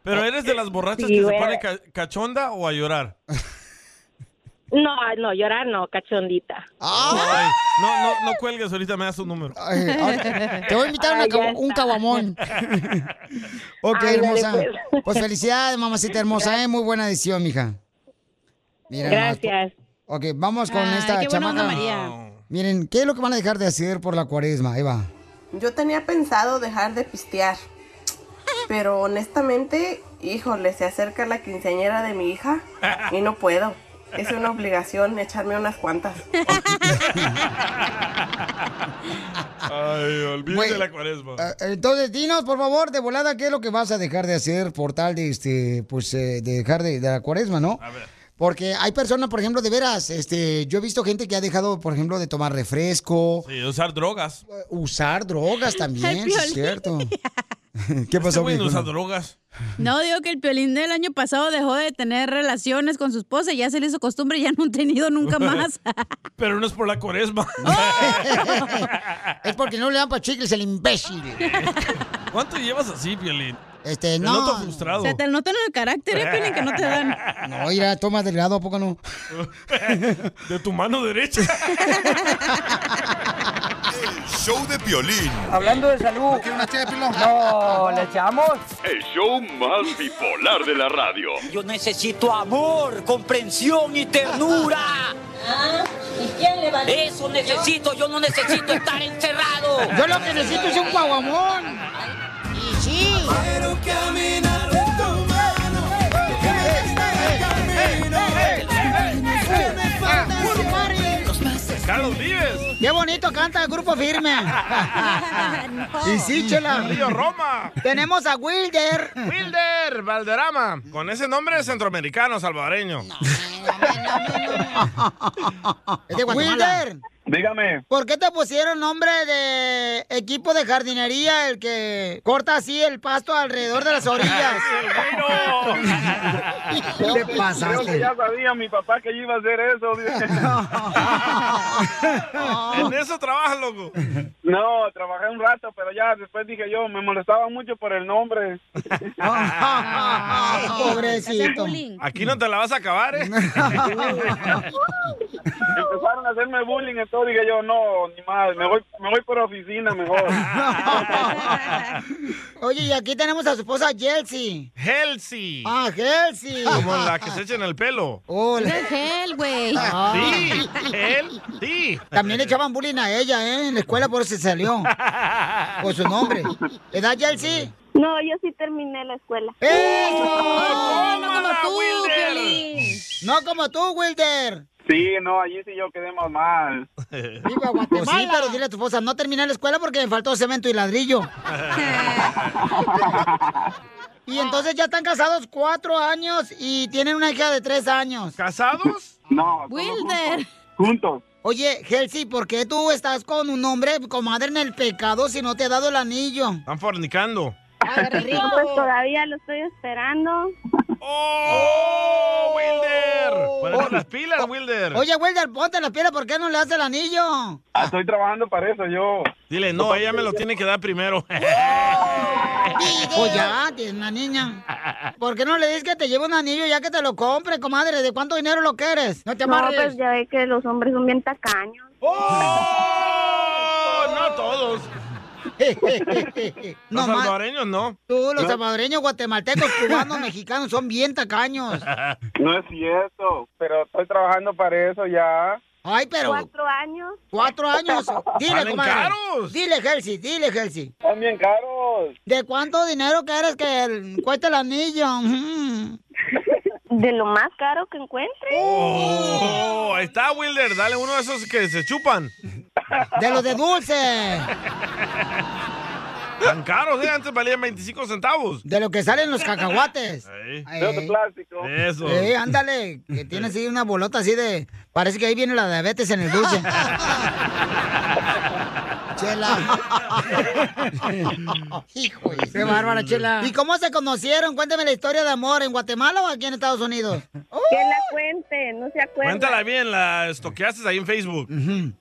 S4: ¿Pero eres de las borrachas
S22: Sí,
S4: que se
S22: güey.
S4: pone ca- cachonda o a llorar?
S22: No, no, llorar no, cachondita.
S1: Ah.
S4: Ay, no, no, no cuelgues, ahorita me das un número.
S1: Te voy a invitar una
S22: Ay, Ah, ya
S1: cabo- un caguamón. ok,
S22: Ándale,
S1: hermosa.
S22: pues.
S1: Pues. felicidades, mamacita hermosa, ¿eh? Muy buena decisión, mija. Mira nomás.
S22: Gracias.
S1: Ok, vamos con
S22: Ay,
S1: esta
S22: qué buena
S1: chamaca.
S22: onda, María.
S1: Miren, ¿qué es lo que van a dejar de hacer por la cuaresma? Ahí va.
S6: Yo tenía pensado dejar de pistear, pero honestamente, híjole, se acerca la quinceañera de mi hija y no puedo. Es una obligación echarme unas cuantas.
S4: Ay, olvídate
S1: Güey,
S4: la cuaresma.
S1: Ah, Entonces, dinos, por favor, de volada, ¿qué es lo que vas a dejar de hacer por tal de, este, pues, eh, de dejar de, de la cuaresma, no?
S4: A ver.
S1: Porque hay personas, por ejemplo, de veras, este, yo he visto gente que ha dejado, por ejemplo, de tomar refresco,
S4: Sí, usar drogas.
S1: usar drogas también, sí, es
S5: Piolín.
S1: cierto. ¿Qué
S4: Este
S1: pasó,
S4: güey no
S1: viejona?
S4: usa drogas.
S5: No, digo que el Piolín del año pasado dejó de tener relaciones con su esposa y ya se le hizo costumbre y ya no han tenido nunca más.
S4: Pero no es por la cuaresma.
S1: Es porque no le dan para chicles el imbécil.
S4: ¿Cuánto llevas así, Piolín?
S1: Este,
S4: Te
S1: no.
S4: noto frustrado.
S5: Se te nota en el carácter, ¿eh, Piolín, que no te dan.
S1: No, mira, toma delgado, ¿a poco no?
S4: De tu mano derecha.
S12: Show de Piolín.
S10: Hablando de salud. ¿Quieres una ché, Pilón? No, ¿le echamos?
S3: El show más bipolar de la radio.
S15: Yo necesito amor, comprensión y ternura.
S17: ¿Ah?
S13: ¿Y quién le va a decir?
S15: Eso necesito, yo no necesito estar encerrado.
S1: Yo lo que necesito es un guaguamón. Y sí.
S13: Quiero caminar de tu mano. Que me des
S1: Eh,
S13: el camino. Que me faltan
S1: eh,
S4: Carlos Vives.
S1: Qué bonito canta el grupo firme. Y sí, chela.
S4: Río Roma.
S1: Tenemos a Wilder.
S4: Wilder Valderrama. Con ese nombre es centroamericano, salvadoreño.
S1: Es de Guatemala. Wilder,
S16: Dígame.
S1: ¿por qué te pusieron nombre de equipo de jardinería el que corta así el pasto alrededor de las orillas?
S16: Creo
S1: Te
S16: que-
S1: pasaste.
S16: creo que ya sabía mi papá que yo iba a hacer eso.
S4: En eso trabajas, loco.
S16: No, trabajé un rato, pero ya después dije yo, me molestaba mucho por el nombre.
S1: Pobrecito.
S4: Aquí no te la vas a acabar, ¿eh?
S16: Empezaron a hacerme bullying, entonces dije yo, no, ni más, me voy, me voy por oficina mejor.
S1: Oye, y aquí tenemos a su esposa Jelsi.
S4: Helsi.
S1: Ah, Jelsi.
S4: Como la que se echa en el pelo.
S1: Hola. Ah.
S5: Es gel, güey.
S4: Sí, él, sí.
S1: También le echaban bullying a ella, ¿eh? En la escuela por eso se salió. Por su nombre. ¿Edad Jelsi?
S17: No, yo sí terminé la escuela.
S1: ¡Eso!
S17: ¡Eh! No como tú, Piolín.
S1: No como tú, Wilder.
S16: Sí, no, allí sí yo quedé más mal.
S1: Viva Guatemala. Pues sí, pero dile a tu esposa, no terminé la escuela porque me faltó cemento y ladrillo. Y entonces ya están casados cuatro años y tienen una hija de tres años.
S4: ¿Casados?
S16: No.
S1: Wilder.
S16: Juntos.
S1: Oye, Helsi, ¿por qué tú estás con un hombre, comadre, en el pecado si no te ha dado el anillo?
S4: Están fornicando. Ay, qué rico.
S17: Pues todavía lo estoy esperando.
S4: ¡Oh, Wilder! Ponete las pilas, Wilder.
S1: Oye, Wilder, ponte la piel, ¿por qué no le das el anillo?
S16: Ah, estoy trabajando para eso yo.
S4: Dile, no, ella me lo tiene que dar primero.
S1: Pues ya, tienes una niña. ¿Por qué no le dices que te lleve un anillo ya que te lo compre, comadre? ¿De cuánto dinero lo quieres? No te
S17: No,
S1: amarres.
S17: pues ya ve que los hombres son bien tacaños.
S4: Oh, no todos.
S1: No,
S4: Los
S1: ma-
S4: salvadoreños no.
S1: Tú, los
S4: No.
S1: salvadoreños, guatemaltecos, cubanos, mexicanos, son bien tacaños.
S16: No es cierto, pero estoy trabajando para eso ya.
S1: Ay, pero...
S17: Cuatro años.
S1: Cuatro años. Dile,
S16: Salen
S1: comadre.
S16: caros.
S1: Dile, Helsi, dile, Helsi.
S16: Están bien caros.
S1: ¿De cuánto dinero quieres que el- cueste el anillo? Ujú.
S17: De lo más caro que encuentre.
S4: Oh, ahí está, Wilder. Dale uno de esos que se chupan.
S1: De los de dulce.
S4: Tan caros, ¿eh? Antes valían 25 centavos.
S1: De lo que salen los cacahuates.
S4: Ahí.
S1: De otro
S16: plástico.
S4: Eso.
S1: Eh, ándale, que tiene así una bolota así de... Parece que ahí viene la diabetes en el dulce. Chela. Hijo, de- qué bárbara, Chela. ¿Y cómo se conocieron? Cuéntame la historia de amor, ¿en Guatemala o aquí en Estados Unidos?
S17: Que la cuente, no se acuerda.
S4: Cuéntala bien, la estoqueaste ahí en Facebook.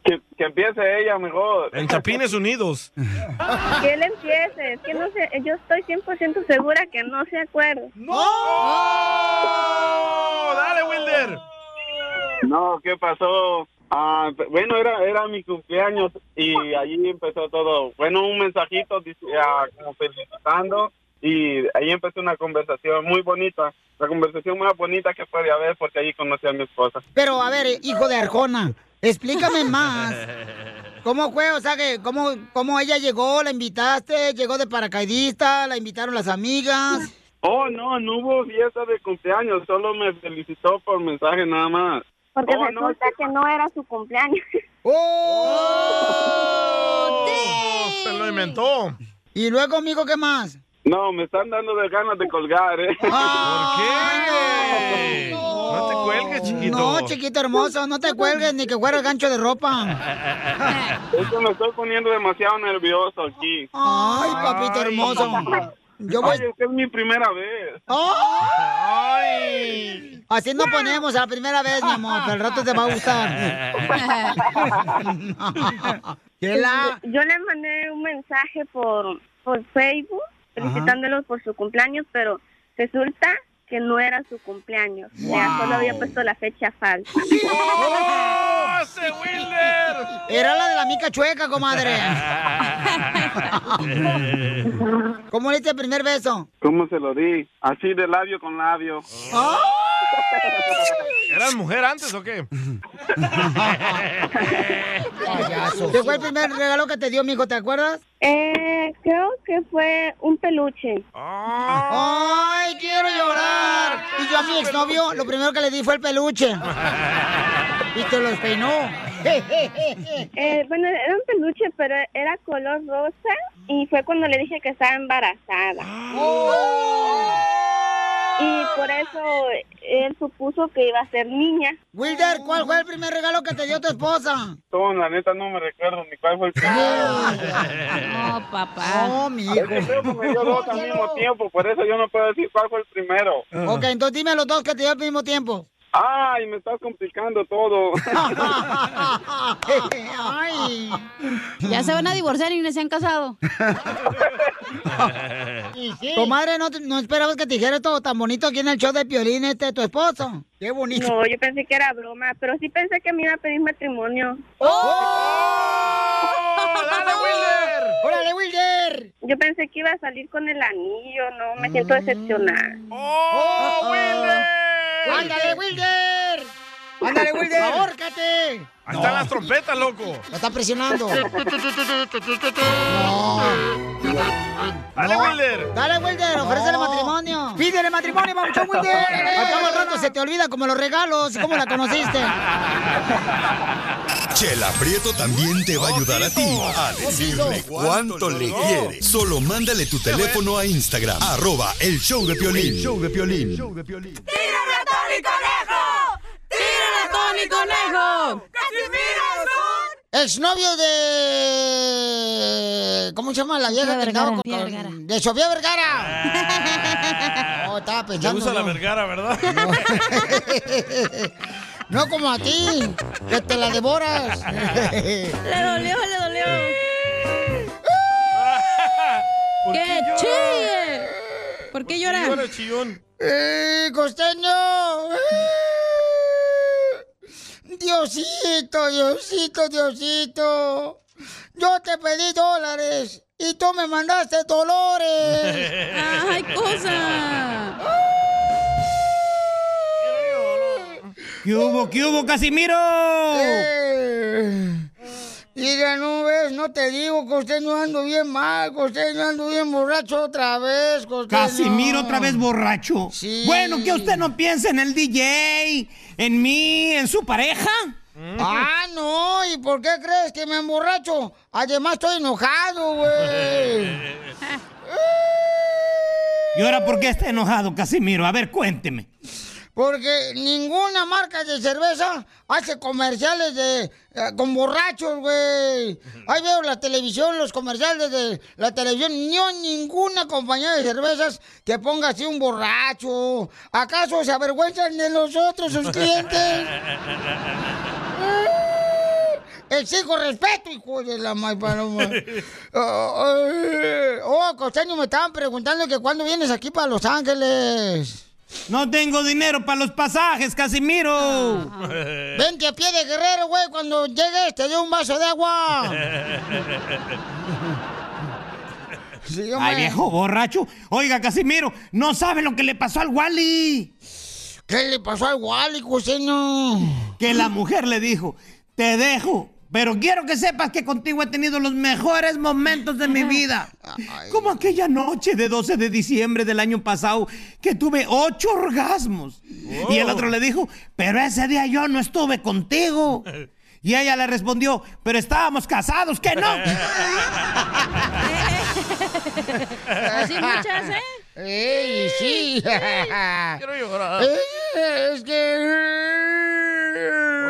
S16: Que, que empiece ella mejor.
S4: En Chapines Unidos.
S17: Que él empiece. Es que no sé, yo estoy 100% segura que no se acuerda.
S4: ¡No! ¡Dale, Wilder!
S16: No, ¿qué pasó? Ah, p- bueno, era, era mi cumpleaños y allí empezó todo. Bueno, un mensajito dice, ah, como felicitando y ahí empezó una conversación muy bonita. La conversación más bonita que puede haber porque allí conocí a mi esposa.
S1: Pero, a ver, hijo de Arjona, explícame más. ¿Cómo fue? O sea, que cómo, cómo ella llegó, la invitaste, llegó de paracaidista, la invitaron las amigas.
S16: Oh, no, no hubo fiesta de cumpleaños, solo me felicitó por mensaje nada más.
S17: Porque
S16: Oh, no,
S17: resulta que no era su cumpleaños.
S4: ¡Oh! Se lo inventó.
S1: ¡Oh! Y luego, amigo, ¿qué más?
S16: No, me están dando de ganas de colgar, ¿eh?
S4: Ey, No te cuelgues, chiquito.
S1: No, chiquito hermoso, no te
S17: pues,
S1: cuelgues ni que fuera el gancho de ropa.
S16: Es que me estoy poniendo demasiado nervioso aquí.
S1: Ay, papito hermoso. Yo voy-
S16: Ay, es que es mi primera vez.
S1: ¡Ay! Así no ponemos a la primera vez, mi amor, pero al rato te va a gustar. Chela.
S17: Este, Yo, yo le mandé un mensaje por, por Facebook felicitándolos por su cumpleaños, pero resulta que no era su cumpleaños. O sea, solo había puesto la fecha falsa.
S1: Era la de la mica chueca, comadre. ¿Cómo le diste el primer beso?
S16: ¿Cómo se lo di? Así de labio con labio.
S1: ¡Ah!
S4: ¿Eras mujer antes o qué?
S1: Payaso. ¿Qué fue el primer regalo que te dio, mijo? ¿Te acuerdas?
S17: Eh, creo que fue un peluche.
S1: ¡Ay, quiero llorar! Y yo a mi exnovio, lo primero que le di fue el peluche. Y te lo despeinó.
S17: Eh, bueno, era un peluche, pero era color rosa y fue cuando le dije que estaba embarazada.
S1: ¡Oh!
S17: Y por eso él supuso que iba a ser niña.
S1: Wilder, ¿cuál fue el primer regalo que te dio tu esposa?
S16: No, la neta no me recuerdo ni cuál fue el primero.
S5: No, papá.
S1: No, mi hijo.
S16: Es que creo que me dio dos al mismo tiempo, por eso yo no puedo decir cuál fue el primero.
S1: Ok, entonces dime los dos que te dio al mismo tiempo.
S16: Ay, me estás complicando todo.
S1: Ay.
S5: Ya se van a divorciar y no se han casado.
S1: Comadre, ¿no, te- no esperabas que te dijera esto tan bonito aquí en el show de Piolín este tu esposo? Qué bonito.
S17: No, yo pensé que era broma, pero sí pensé que me iba a pedir matrimonio.
S1: ¡Oh!
S4: ¡Dale, Wilder!
S1: ¡Órale, Wilder!
S17: Yo pensé que iba a salir con el anillo, no, me siento decepcionada.
S4: ¡Oh, Wilder!
S1: ¡Ándale, Wilder! ¡Ándale, Wilder! ¡Ahórcate!
S4: Ahí están las trompetas, loco.
S1: Lo está presionando.
S4: Dale,
S1: No.
S4: Wilder.
S1: Dale, Wilder, ofrécele matrimonio. Pídele matrimonio, mamuchón Wilder. Al cabo del rato se te olvida como los regalos y cómo la conociste.
S12: Chela Prieto también te va a ayudar a ti a decirle cuánto le quiere. Solo mándale tu teléfono a Instagram, arroba el show de Piolín.
S13: El
S12: show de
S13: ¡Tírame a Tony Conejo! ¡Tírame a Tony Conejo! ¡Casimiro es un
S1: Exnovio de. ¿Cómo se llama la vieja que andaba con- De Sofía Vergara. no, estaba
S4: Te
S1: pensando.
S4: Ah. gusta la
S1: yo.
S4: vergara, ¿verdad?
S1: No como a ti, que te la devoras.
S5: Le dolió, le dolió.
S1: ¿Por
S5: ¡Que
S1: qué llora?
S5: chille! ¿Por qué llora?
S1: ¡Eh, costeño! ¡Eh! Diosito, Diosito, Diosito. Yo te pedí dólares y tú me mandaste dolores.
S25: Ay, cosa.
S18: ¿Qué hubo, qué hubo, Casimiro?
S1: Eh, Mira, no ves, no te digo, costeño ando bien mal, costeño ando bien borracho otra vez, costeño.
S18: Casimiro otra vez borracho. Bueno, que usted no piensa en el DJ, en mí, en su pareja.
S1: Ah, no, ¿y por qué crees que me emborracho? Además estoy enojado, güey.
S18: ¿Y ahora por qué está enojado, Casimiro? A ver, cuénteme.
S1: Porque ninguna marca de cerveza hace comerciales de eh, con borrachos, güey. Ahí veo la televisión, los comerciales de la televisión. No ninguna compañía de cervezas que ponga así un borracho. ¿Acaso se avergüenzan de nosotros, sus clientes? Exijo respeto, hijo de la mal paloma. Oh, oh, costeño, me estaban preguntando que cuándo vienes aquí para Los Ángeles.
S18: No tengo dinero para los pasajes, Casimiro.
S1: Vente a pie de guerrero, güey. Cuando llegues, te doy un vaso de agua.
S18: Ay, viejo borracho. Oiga, Casimiro, no sabe lo que le pasó al Wally.
S1: ¿Qué le pasó al Wally, costeño?
S18: Que la mujer le dijo, te dejo, pero quiero que sepas que contigo he tenido los mejores momentos de mi vida. Como aquella noche de 12 de diciembre del año pasado que tuve ocho orgasmos. Y el otro le dijo, pero ese día yo no estuve contigo. Y ella le respondió, pero estábamos casados, que no.
S5: Así muchas, ¿eh?
S1: ¡Ey, sí!
S25: Quiero llorar.
S1: Eh, Es que...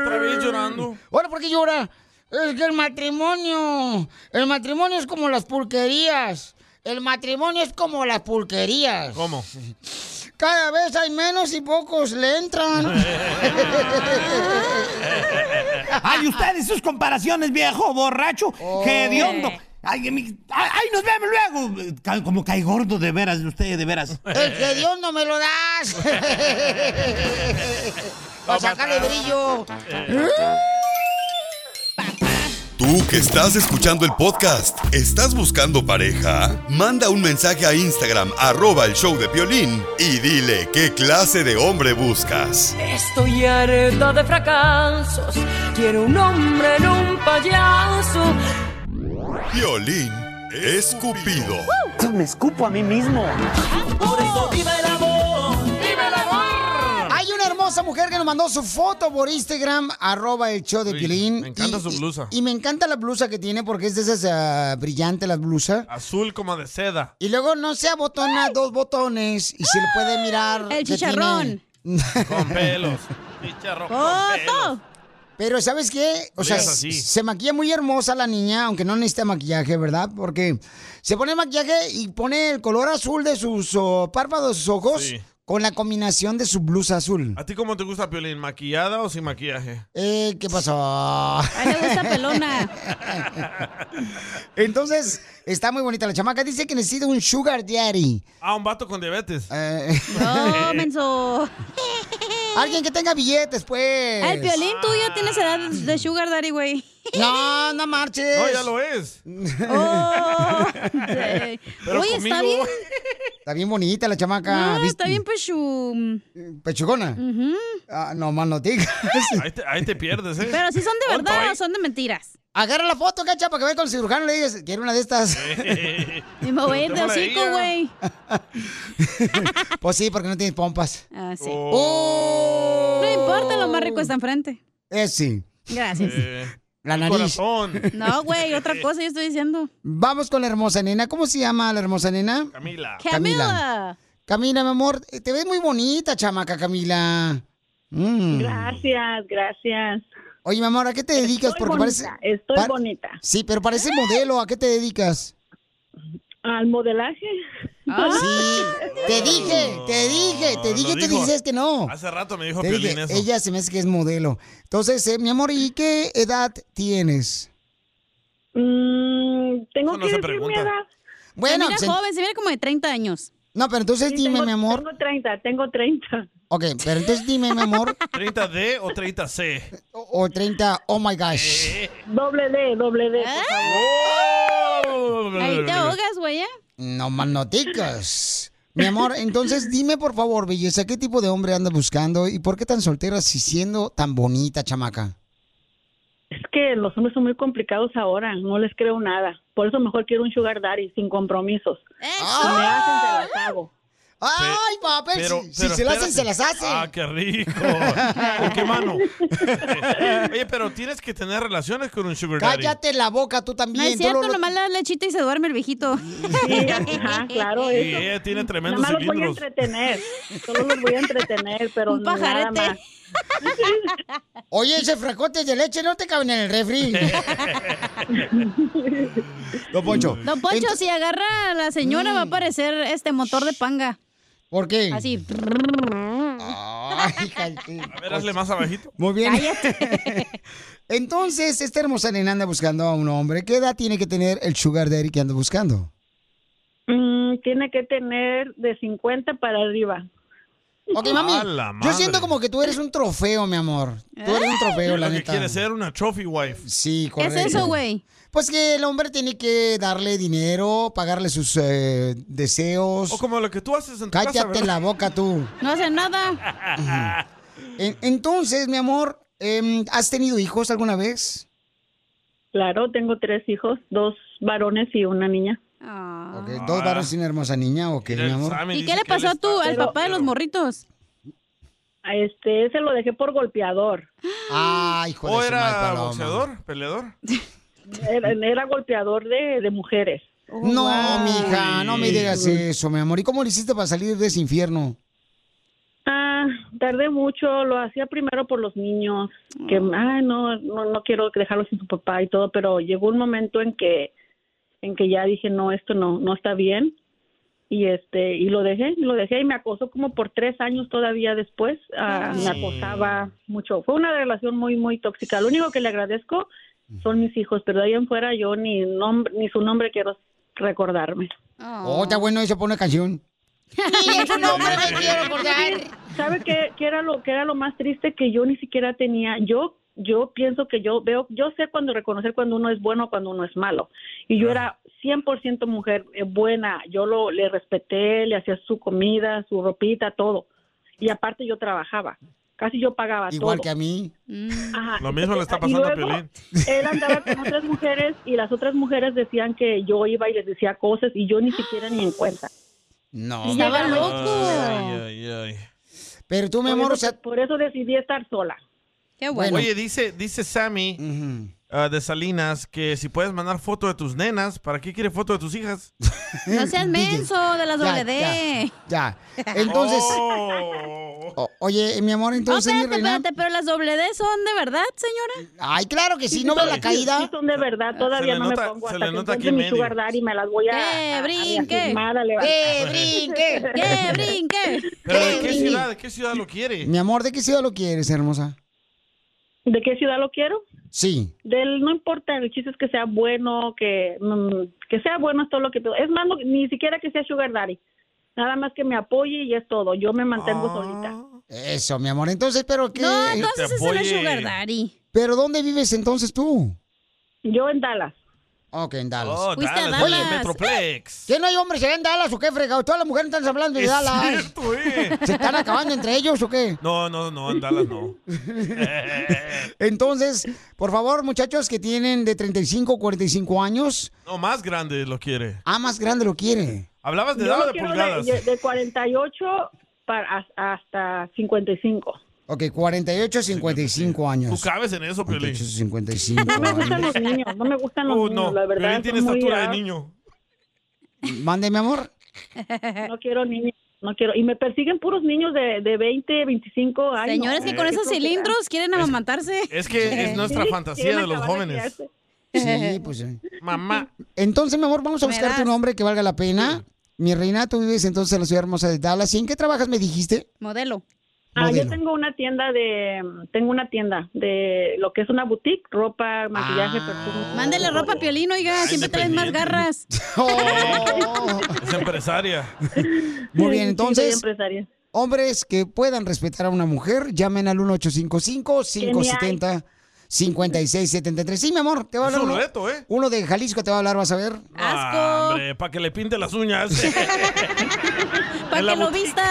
S4: ¿Otra vez llorando?
S1: Ahora, ¿por qué llora? Es que el matrimonio... El matrimonio es como las pulquerías. El matrimonio es como las pulquerías.
S4: ¿Cómo?
S1: Cada vez hay menos y pocos le entran. eh,
S18: Ay, ustedes sus comparaciones, viejo borracho, que hediondo. Ay, mi- ay, ay, nos vemos luego. Ca- Como cae gordo de veras, usted de veras.
S1: El que Dios no me lo das. Para sacarle brillo.
S12: Eh, Tú que estás escuchando el podcast, ¿estás buscando pareja? Manda un mensaje a Instagram, arroba el show de Piolín, y dile qué clase de hombre buscas.
S2: Estoy harta de fracasos. Quiero un hombre en un payaso.
S12: Piolín Escupido.
S26: Me escupo a mí mismo.
S2: Por eso viva el amor. ¡Viva el amor!
S1: Hay una hermosa mujer que nos mandó su foto por Instagram, arroba el show de Piolín.
S4: me encanta su blusa.
S1: Y, me encanta la blusa que tiene porque es de esas ah, brillantes la blusa.
S4: Azul como de seda.
S1: Y luego no se abotona dos botones y se le puede mirar.
S4: El
S1: que
S4: chicharrón.
S1: tiene-
S4: Con pelos. Chicharro con pelos.
S1: ¡Foto! Pero ¿sabes qué? O
S4: No
S1: sea,
S4: digas así.
S1: se maquilla muy hermosa la niña, aunque no necesita maquillaje, ¿verdad? Porque se pone maquillaje y pone el color azul de sus oh, párpados, sus ojos,
S4: Sí.
S1: con la combinación de su blusa azul.
S4: ¿A ti cómo te gusta, Piolín? ¿Maquillada o sin maquillaje?
S1: Eh, ¿Qué pasó? A
S5: le gusta pelona.
S1: Entonces, está muy bonita la chamaca. Dice que necesita un sugar daddy.
S4: Ah, un vato con diabetes.
S1: Eh.
S5: No, menso.
S1: Alguien que tenga billetes, pues.
S5: El piolín, tú ya tienes edad de sugar daddy, güey.
S1: No, no marches.
S4: No, ya lo es.
S1: Oh, Pero
S5: Oye, está
S1: conmigo.
S5: bien.
S1: Está bien bonita la chamaca.
S5: No,
S1: ¿viste? Mm.
S5: está bien, Mm. pues, su...
S1: ¿Pechugona?
S5: Ujú.
S1: Ah, no, más no digas.
S4: Ahí te, ahí te pierdes, ¿eh?
S5: Pero si son de
S4: Tonto,
S5: verdad
S4: ¿eh?
S5: o son de mentiras.
S1: Agarra la foto, cacha, para que vea con el cirujano y le digas, quiero una de estas.
S5: Y me voy a ir de
S1: Preguntémosle a
S5: hocico,
S1: ella.
S5: güey.
S1: pues sí, porque no tienes pompas.
S5: Ah, sí.
S1: Oh.
S5: No importa, lo más rico está enfrente.
S1: Eh, sí.
S5: Gracias.
S4: Eh,
S1: La nariz.
S5: No, güey, otra cosa yo estoy diciendo.
S1: Vamos con la hermosa nena. ¿Cómo se llama la hermosa nena?
S4: Camila.
S1: Camila. Camila, mi amor, eh, te ves muy bonita, chamaca Camila. Mm.
S20: Gracias, gracias.
S1: Oye, mi amor, ¿a qué te dedicas?
S20: Estoy bonita, estoy
S1: pa-
S20: bonita.
S1: Sí, pero parece modelo. ¿A qué te dedicas?
S20: Al modelaje.
S5: Ah.
S1: Sí, te dije, te dije, te
S4: No,
S1: dije,
S4: lo
S1: te
S4: dijo.
S1: dices que no.
S4: Hace rato me dijo
S1: Te dije,
S4: Piolín eso.
S1: ella se me hace que es modelo. Entonces, eh, mi amor, ¿y qué edad tienes?
S20: Mm, tengo
S5: Eso no que se decir mi pregunta. edad.
S1: Bueno,
S5: se mira
S1: se-
S5: joven, se mira como de 30 años.
S1: No, pero entonces
S5: Sí,
S1: dime,
S5: tengo-
S1: mi amor.
S20: Tengo 30, tengo 30.
S1: Ok, pero entonces dime, mi amor,
S4: ¿30D o 30C?
S1: o 30, oh my gosh.
S4: Eh.
S20: Doble D, doble D.
S5: Ah. Ahí te ahogas, güey, ¿eh?
S1: ¡Oh! No más noticas. Mi amor, entonces dime por favor, belleza, ¿qué tipo de hombre andas buscando y por qué tan soltera si siendo tan bonita, chamaca?
S20: Es que los hombres son muy complicados ahora, no les creo nada. Por eso mejor quiero un sugar daddy sin compromisos. Si me hacen, se las hago.
S1: ¡Ay, papel!
S4: Pero-
S1: pues, si
S4: pero
S1: se las hacen,
S4: espérate.
S1: se las hacen.
S4: Ah, qué rico. ¿Con qué mano? Eh, Oye, pero tienes que tener relaciones con un sugar daddy.
S1: Cállate la boca, tú
S5: No
S1: también.
S5: es
S1: tú
S5: cierto,
S1: lo-
S5: lo... nomás le das lechita y se duerme el viejito.
S20: ajá, claro,
S4: Y ella tiene tremendos
S20: Nada más los voy a
S4: cilindros.
S20: entretener. Solo los voy a entretener, pero
S5: Un
S20: no nada
S5: pajarete.
S20: más.
S1: Oye, ese fracote de leche no te caben en el refri. Don Mm. Poncho.
S5: Don Poncho, si agarra a la señora, va a aparecer este motor de panga.
S1: ¿Por qué?
S5: Así.
S1: Ah.
S4: A ver, hazle más abajito.
S1: Muy bien. Entonces, esta hermosa nena anda buscando a un hombre. ¿Qué edad tiene que tener el sugar daddy que anda buscando?
S20: Mm, tiene que tener de 50 para arriba.
S1: Ok, mami. Yo siento como que tú eres un trofeo, mi amor. Tú eres un trofeo, la
S4: Lo que
S1: neta.
S4: quiere ser una trophy wife.
S1: Sí, correcto.
S5: güey?
S1: Pues que el hombre tiene que darle dinero, pagarle sus eh, deseos.
S4: O como lo que tú haces en tu
S1: Cállate
S4: casa, ¿verdad?
S1: la boca tú.
S5: No hace nada.
S1: En- Entonces, mi amor, em, ¿has tenido hijos alguna vez?
S20: Claro, tengo tres hijos, dos varones y una niña.
S4: Ah.
S1: Ok, ¿Dos varones y una hermosa niña o qué, mi amor?
S5: ¿Y qué le pasó a tú, al
S20: Pero-
S5: papá de los morritos?
S20: Este, se lo dejé por golpeador.
S1: Ah, hijo
S4: ¿O era boxeador, peleador?
S20: Era, era golpeador de, de mujeres.
S1: No, mija, no me digas eso, mi amor. ¿Y cómo lo hiciste para salir de ese infierno?
S20: Ah, tardé mucho, lo hacía primero por los niños, que
S1: Ah.
S20: ay, no, no, no quiero dejarlos sin su papá y todo, pero llegó un momento en que, en que ya dije, no, esto no, no está bien, y este, y lo dejé, lo dejé y me acosó como por tres años todavía después, ah, me acosaba mucho, fue una relación muy, muy tóxica, lo único que le agradezco son mis hijos, pero de ahí en fuera yo ni nombre, ni su nombre quiero recordarme.
S1: Oh, está bueno eso, pone canción.
S20: ¿Sabe qué, qué era lo que era lo más triste que yo ni siquiera tenía? Yo yo pienso que yo veo, yo sé cuando reconocer cuando uno es bueno, cuando uno es malo. Y
S4: Ah.
S20: yo era 100% mujer eh, buena, yo lo le respeté, le hacía su comida, su ropita, todo. Y aparte yo trabajaba. Casi yo pagaba
S4: Igual
S20: todo.
S4: que a
S1: mí.
S20: Ajá.
S4: Lo mismo le está
S20: Y
S4: pasando a
S20: luego,
S4: Piolín.
S20: Él andaba con otras mujeres y las otras mujeres decían que yo iba y les decía cosas y yo ni siquiera ni en cuenta.
S1: No.
S20: Estaba
S1: hombre.
S20: loco.
S4: Ay, ay, ay.
S1: Pero tú, mi
S20: Por
S1: amor,
S20: eso-
S1: o sea...
S20: Por eso decidí estar sola.
S5: Qué
S4: Oye, dice, dice Sammy ah, de Salinas que si puedes mandar foto de tus nenas, ¿para qué quiere foto de tus hijas?
S5: No seas menso de las
S4: Ya,
S5: doble D.
S1: Ya. Entonces...
S4: Oh.
S1: O- oye, mi amor,
S5: Oh,
S1: entonces, mi
S5: espérate,
S1: reina...
S5: espérate, pero las doble D son de verdad, señora.
S1: Ay, claro que sí, ¿no ve
S20: ve
S1: la caída?
S20: Sí, son de
S4: Ah,
S20: verdad, todavía
S1: le
S20: no
S1: nota-
S20: me pongo
S1: se
S20: hasta
S1: le
S20: que
S1: nota aquí
S20: encuentre mi
S1: medio.
S20: sugar daddy, me las voy a...
S5: ¡Que
S20: a- a
S5: brinque!
S20: reafirmar, a levantar.
S5: ¡Que brinque! ¡Que brinque!
S4: ¿Pero de qué ciudad, de qué ciudad lo quiere?
S1: Mi amor, ¿de qué ciudad lo quieres, hermosa?
S20: ¿De qué ciudad lo quiero?
S1: Sí.
S20: Del, no importa, el chiste es que sea bueno, que, mm, que sea bueno es todo lo que... Es más, no- ni siquiera que sea sugar daddy. Nada más que me apoye y es todo. Yo me mantengo solita.
S1: Eso, mi amor. Entonces, pero que...
S20: No, entonces Que te ese no es apoye. sugar daddy.
S1: Pero ¿dónde vives entonces tú?
S20: Yo en Dallas.
S1: Ok, en Dallas.
S4: Oh, Fuiste a Dallas, oye, Dallas. Metroplex.
S1: ¿Qué no hay hombres allá en Dallas o qué fregado? Todas las mujeres están hablando de
S4: Es
S1: Dallas.
S4: cierto, eh.
S1: ¿Se están acabando entre ellos o qué?
S4: No, no, no, en Dallas no.
S1: Entonces, por favor, muchachos que tienen de 35 45 años,
S4: No, más grande lo quiere.
S1: a más grande lo quiere.
S4: Hablabas de
S20: Yo
S4: edad
S20: lo
S4: o de
S20: quiero
S4: pulgadas.
S20: de, de 48 para, as- hasta 55.
S1: Ok, 48 55
S4: Tú
S1: años.
S4: cabes en eso, Piolín.
S1: 55
S20: No me gustan
S1: años.
S20: los niños, no me gustan los
S4: Uh,
S20: niños,
S4: no,
S20: la verdad.
S4: Piolín
S20: son
S4: tiene
S20: muy
S4: estatura de
S20: raros.
S4: niño.
S1: Mande, mi amor.
S20: No quiero niños. no quiero. Y me persiguen puros niños de, de 20, 25 años.
S5: Señores que con esos cilindros quieren amamantarse.
S4: Es que es nuestra fantasía de los jóvenes.
S1: Sí, pues sí.
S4: Mamá.
S1: Entonces, mi amor, vamos a
S4: ¿Me
S1: buscarte
S4: das?
S1: un hombre que valga la pena. Mi reina, tú vives entonces en la ciudad hermosa de Dallas. ¿Y en qué trabajas, me dijiste?
S5: Modelo.
S20: Ah,
S1: Modelo.
S20: yo tengo una tienda de tengo una tienda de lo que es una boutique, ropa, maquillaje, perfume.
S5: Mándale ropa a Piolín,
S4: Ah,
S5: oiga, siempre traes más garras.
S4: Es empresaria.
S1: Muy
S20: Sí, soy
S1: bien, entonces,
S20: empresaria.
S1: hombres que puedan respetar a una mujer, llamen al 1855-570-5673. Sí, mi amor, te va a
S4: Es
S1: hablar.
S4: un
S1: uno-
S4: reto, ¿eh?
S1: Uno de Jalisco te va a hablar, vas a ver.
S4: Ah, hombre, para que le pinte las uñas.
S5: Para que lo vista.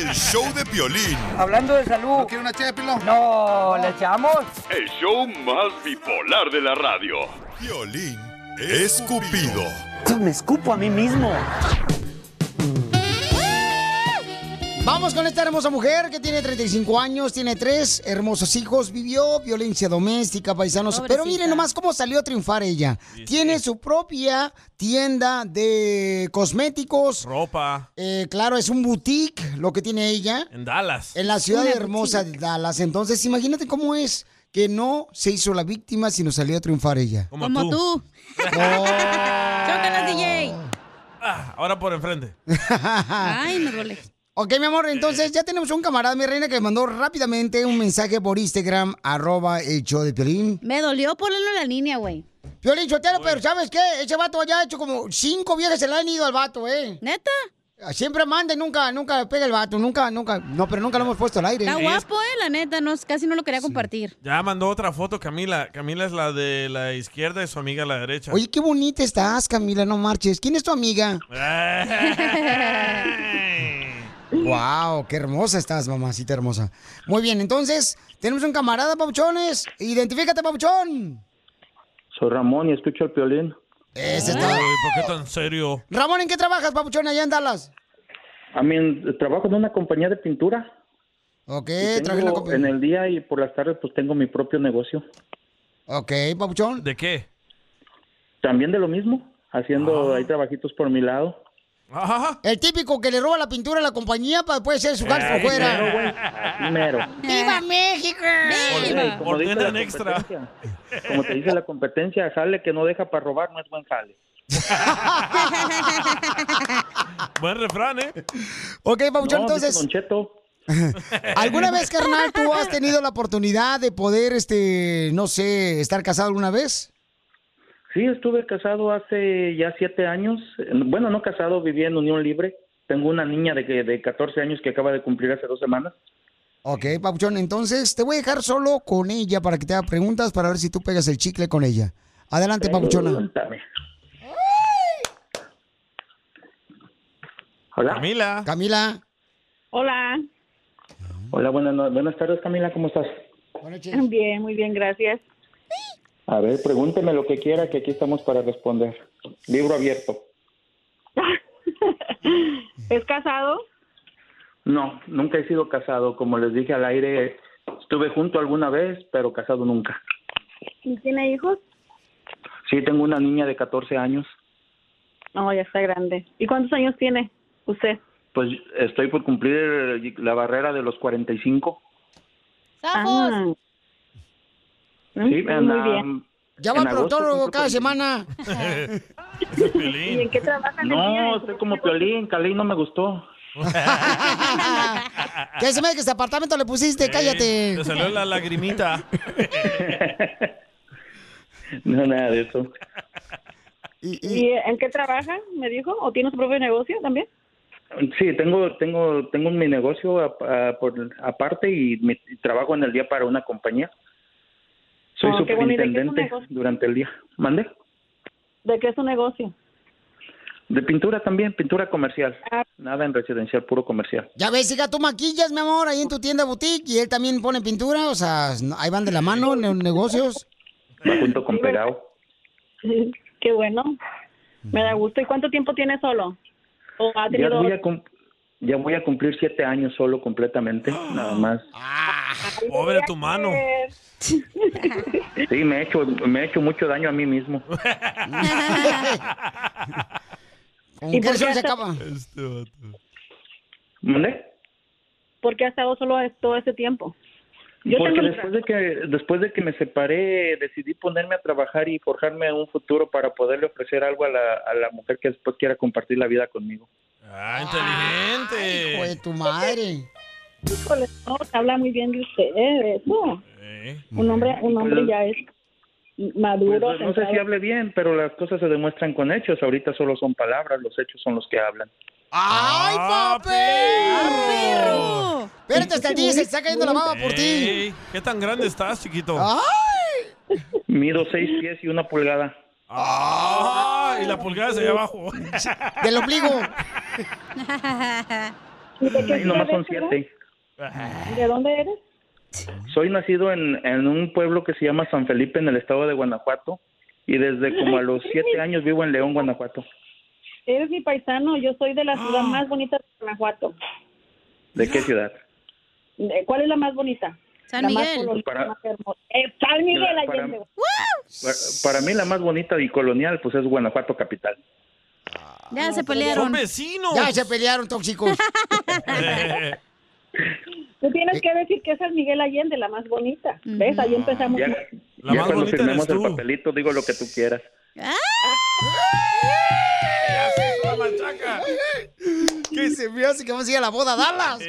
S12: El show de Piolín.
S10: Hablando de salud. ¿No quiere una ché de No, ¿le echamos?
S3: El show más bipolar de la radio.
S12: Piolín escupido.
S15: Me escupo a mí mismo.
S1: Vamos con esta hermosa mujer que tiene 35 años, tiene tres hermosos hijos, vivió violencia doméstica, paisanos. Pero miren nomás cómo salió a triunfar ella. Tiene su propia tienda de cosméticos.
S4: Ropa.
S1: Eh, claro, es un boutique lo que tiene ella
S4: En Dallas.
S1: en la ciudad
S4: Una
S1: hermosa de Dallas. Entonces, imagínate cómo es que no se hizo la víctima, sino salió a triunfar ella.
S5: Como tú. Chócalas, DJ.
S4: Ah, ahora por enfrente.
S5: Ay, me duele.
S1: Ok, mi amor, entonces ya tenemos un camarada, mi reina, que me mandó rápidamente un mensaje por Instagram, arroba el show de Piolín.
S5: Me dolió ponerlo en la línea, güey.
S1: Piolín Chotero, pero ¿sabes qué? Ese vato ya ha hecho como cinco viejas se le han ido al vato, ¿eh?
S5: ¿Neta?
S1: Siempre manda y nunca, nunca pega el vato, nunca, nunca. No, pero nunca lo hemos puesto al aire.
S5: Está guapo, eh, la neta, no, casi no lo quería compartir.
S4: Ya mandó otra foto Camila. Camila es la de la izquierda y su amiga la derecha.
S1: Oye, qué bonita estás, Camila, no marches. ¿Quién es tu amiga? Wow, qué hermosa estás, mamacita hermosa. Muy bien, entonces, tenemos un camarada, Pabuchones. Identifícate, Pabuchón.
S24: Soy Ramón y escucho el piolín.
S1: Ese
S4: Uy, ¿por qué tan serio?
S1: Ramón, ¿en qué trabajas, Pabuchón, allá en Dallas?
S24: A mí en- trabajo en una compañía de pintura.
S1: Ok,
S24: Y
S1: trabajas en Eh, la
S24: tengo-
S1: compañía.
S24: En el día y por las tardes pues tengo mi propio negocio.
S1: Ok, Pabuchón.
S4: ¿De qué?
S24: También de lo mismo,
S1: Ah.
S24: haciendo ahí trabajitos por mi lado.
S1: El típico que le roba la pintura a la compañía para después hacer su gasto
S24: Así mero, Ah, güey,
S1: fuera.
S24: así mero.
S1: ¡Viva México!
S24: Orden- como dice la competencia, Como te dice la competencia, jale que no deja para robar, no es buen jale.
S4: Buen refrán, ¿eh?
S1: Ok, Pabuchón,
S24: No,
S1: entonces.
S24: dice Don Cheto.
S1: ¿Alguna vez, carnal, tú has tenido la oportunidad de poder, este, no sé, estar casado alguna vez?
S24: Sí, estuve casado hace ya siete años. Bueno, no casado, viví en unión libre. Tengo una niña de, que- de 14 años que acaba de cumplir hace dos semanas.
S1: Ok, Papuchón, entonces te voy a dejar solo con ella para que te haga preguntas para ver si tú pegas el chicle con ella. Adelante, Papuchona.
S24: Pregúntame. Hola.
S4: Camila.
S1: Camila.
S20: Hola.
S24: Hola, buenas, no- buenas tardes, Camila. ¿Cómo estás?
S20: Bien, muy bien, gracias.
S24: A ver, pregúnteme lo que quiera, que aquí estamos para responder. Libro abierto.
S20: ¿Es casado?
S24: No, nunca he sido casado. Como les dije al aire, estuve junto alguna vez, pero casado nunca.
S20: ¿Y tiene hijos?
S24: Sí, tengo una niña de 14 años.
S20: No, ya está grande. ¿Y cuántos años tiene usted?
S24: Pues estoy por cumplir la barrera de los 45.
S20: ¡Zafos!
S24: Sí, en,
S20: Mm, muy
S24: ah,
S20: bien.
S1: Ya va
S24: en
S1: el productor
S24: agosto cumplo
S1: cada semana.
S20: ¿Y en qué trabaja?
S24: No, estoy como Piolín, Cali no me gustó.
S1: ¿Qué se me hace que este apartamento le pusiste? Cállate.
S4: Te salió la lagrimita.
S24: No, nada de eso.
S20: ¿Y en qué trabaja? Me dijo. ¿O tiene su propio negocio también?
S24: Sí, tengo tengo tengo mi negocio a- a- por- aparte y mi y trabajo en el día para una compañía. Soy
S20: Oh, qué bonito. ¿Y qué es tu
S24: superintendente
S20: negocio?
S24: durante el día. ¿Mande?
S20: ¿De qué es su negocio?
S24: De pintura también, pintura comercial.
S20: Ah.
S24: Nada en residencial, puro comercial.
S1: Ya ves, hija, tú maquillas, mi amor, ahí en tu tienda boutique y él también pone pintura, o sea, ahí van de la mano en los negocios.
S24: Va junto con pegado.
S20: Qué bueno. Me da gusto. ¿Y cuánto tiempo tiene solo? ¿O ha
S24: Ya
S20: tenido
S24: voy, a cum- ya voy a cumplir siete años solo completamente, nada más.
S4: Ah, Pobre tu mano.
S24: Sí, me he hecho, me he hecho mucho daño a mí mismo.
S1: ¿Con qué
S24: por qué
S1: razón se
S24: hace-
S1: acaba?
S24: ¿Mande?
S20: ¿Por qué ha estado solo todo ese tiempo? Yo
S24: Porque
S20: tengo mi
S24: después de que después de que me separé decidí ponerme a trabajar y forjarme un futuro para poderle ofrecer algo a la, a la mujer que después quiera compartir la vida conmigo.
S4: Ah, inteligente.
S1: Hijo de tu madre.
S20: Híjole, no, se habla muy bien de ustedes. No.
S4: Eh.
S20: Un hombre, un hombre ya es maduro.
S24: Pues, no sé
S20: centrado.
S24: si hable bien, pero las cosas se demuestran con hechos. Ahorita solo son palabras, los hechos son los que hablan.
S1: ¡Ay, papi! ¡Ah, perro! Espérate, hasta el DJ se está cayendo la baba por ti. Ah.
S4: Ey, ¿Qué tan grande estás, chiquito?
S24: Mido seis pies y una pulgada.
S4: Ah, y la pulgada se allá abajo.
S1: Del ombligo.
S24: Ahí nomás son siete.
S20: ¿De dónde eres?
S24: Soy nacido en, en un pueblo que se llama San Felipe, en el estado de Guanajuato, y desde como a los siete años vivo en León, Guanajuato.
S20: Eres mi paisano. Yo soy de la
S24: Ah.
S20: ciudad más bonita de Guanajuato.
S24: ¿De qué ciudad?
S20: Eh, ¿Cuál es la más bonita? San
S24: Miguel. Pues Para-
S20: Eh, San Miguel
S24: Para-
S20: Allende.
S24: Para, para mí la más bonita y colonial, pues es Guanajuato capital.
S5: Ya se pelearon.
S4: Son vecinos.
S1: Ya se pelearon, tóxicos.
S20: Tú
S24: Eh.
S20: tienes que decir que es San Miguel Allende, la más bonita. ¿Ves? Ahí empezamos.
S24: Ya,
S4: La
S24: ya
S4: más
S24: cuando
S4: bonita
S24: firmemos
S4: eres
S24: el
S4: tú.
S24: papelito, digo lo que tú quieras.
S1: ¿Qué se me hace que vamos a ir a la boda a Dallas?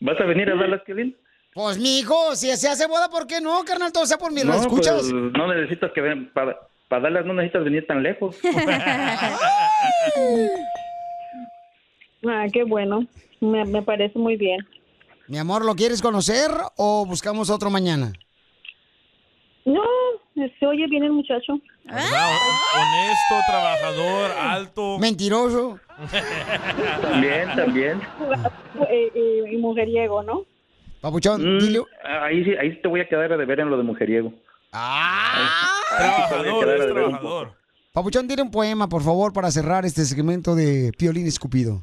S24: ¿Vas a venir a Dallas, Kevin?
S1: Pues, mijo, si se hace boda, ¿por qué no, carnal? Todo sea por mis
S24: no, pues,
S1: escuchas.
S24: no necesitas que ven para para Dallas no necesitas venir tan lejos.
S20: Ah, qué bueno. Me, me parece muy bien.
S1: Mi amor, ¿lo quieres conocer o buscamos otro mañana?
S20: No, se oye bien el muchacho.
S4: Ah, hon- honesto, trabajador, alto.
S1: Mentiroso.
S24: también, también.
S20: Eh, eh, y mujeriego, ¿no?
S1: Papuchón, dile.
S24: Mm, Ahí sí, ahí sí te voy a quedar a deber en lo de mujeriego.
S1: Ah.
S24: Hay
S4: Trabajador,
S24: que
S4: es
S24: darle un
S4: trabajador.
S1: Papuchón, dile un poema, por favor, para cerrar este segmento de Piolín Escupido.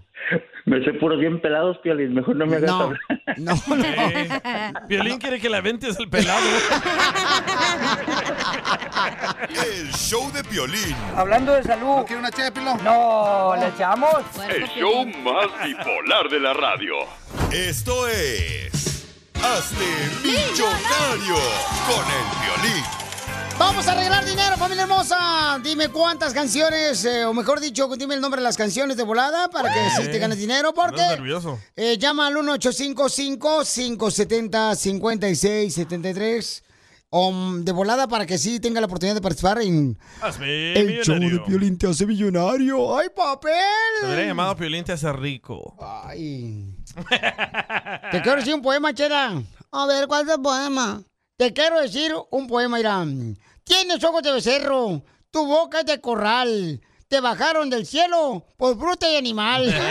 S24: Me sé puros bien pelados, Piolín. Mejor no me hagas
S1: No.
S24: hablar.
S1: No,
S4: Violín quiere que la ventes el pelado.
S12: El show de Piolín.
S10: Hablando de salud. ¿No quiere una No, ¿le echamos?
S3: El show más bipolar de la radio.
S12: Esto es. Hazte Millonario con el violín.
S1: Vamos a arreglar dinero, familia hermosa. Dime cuántas canciones, eh, o mejor dicho, dime el nombre de las canciones de volada para que si te ganes dinero, porque
S4: Andas nervioso.
S1: eh, llama al 1855-570-5673 om, um, de volada para que sí tenga la oportunidad de participar en
S4: Hazme
S1: el show de
S4: Ah, millonario.
S1: Piolín te hace millonario. ¡Ay,
S4: Te hubiera
S1: papel!
S4: llamado Piolín te hace rico.
S1: Ay. Te quiero decir un poema, Chela. A ver, ¿cuál es el poema? Te quiero decir un poema, Irán. Tienes ojos de becerro, tu boca es de corral. Te bajaron del cielo por bruta y animal.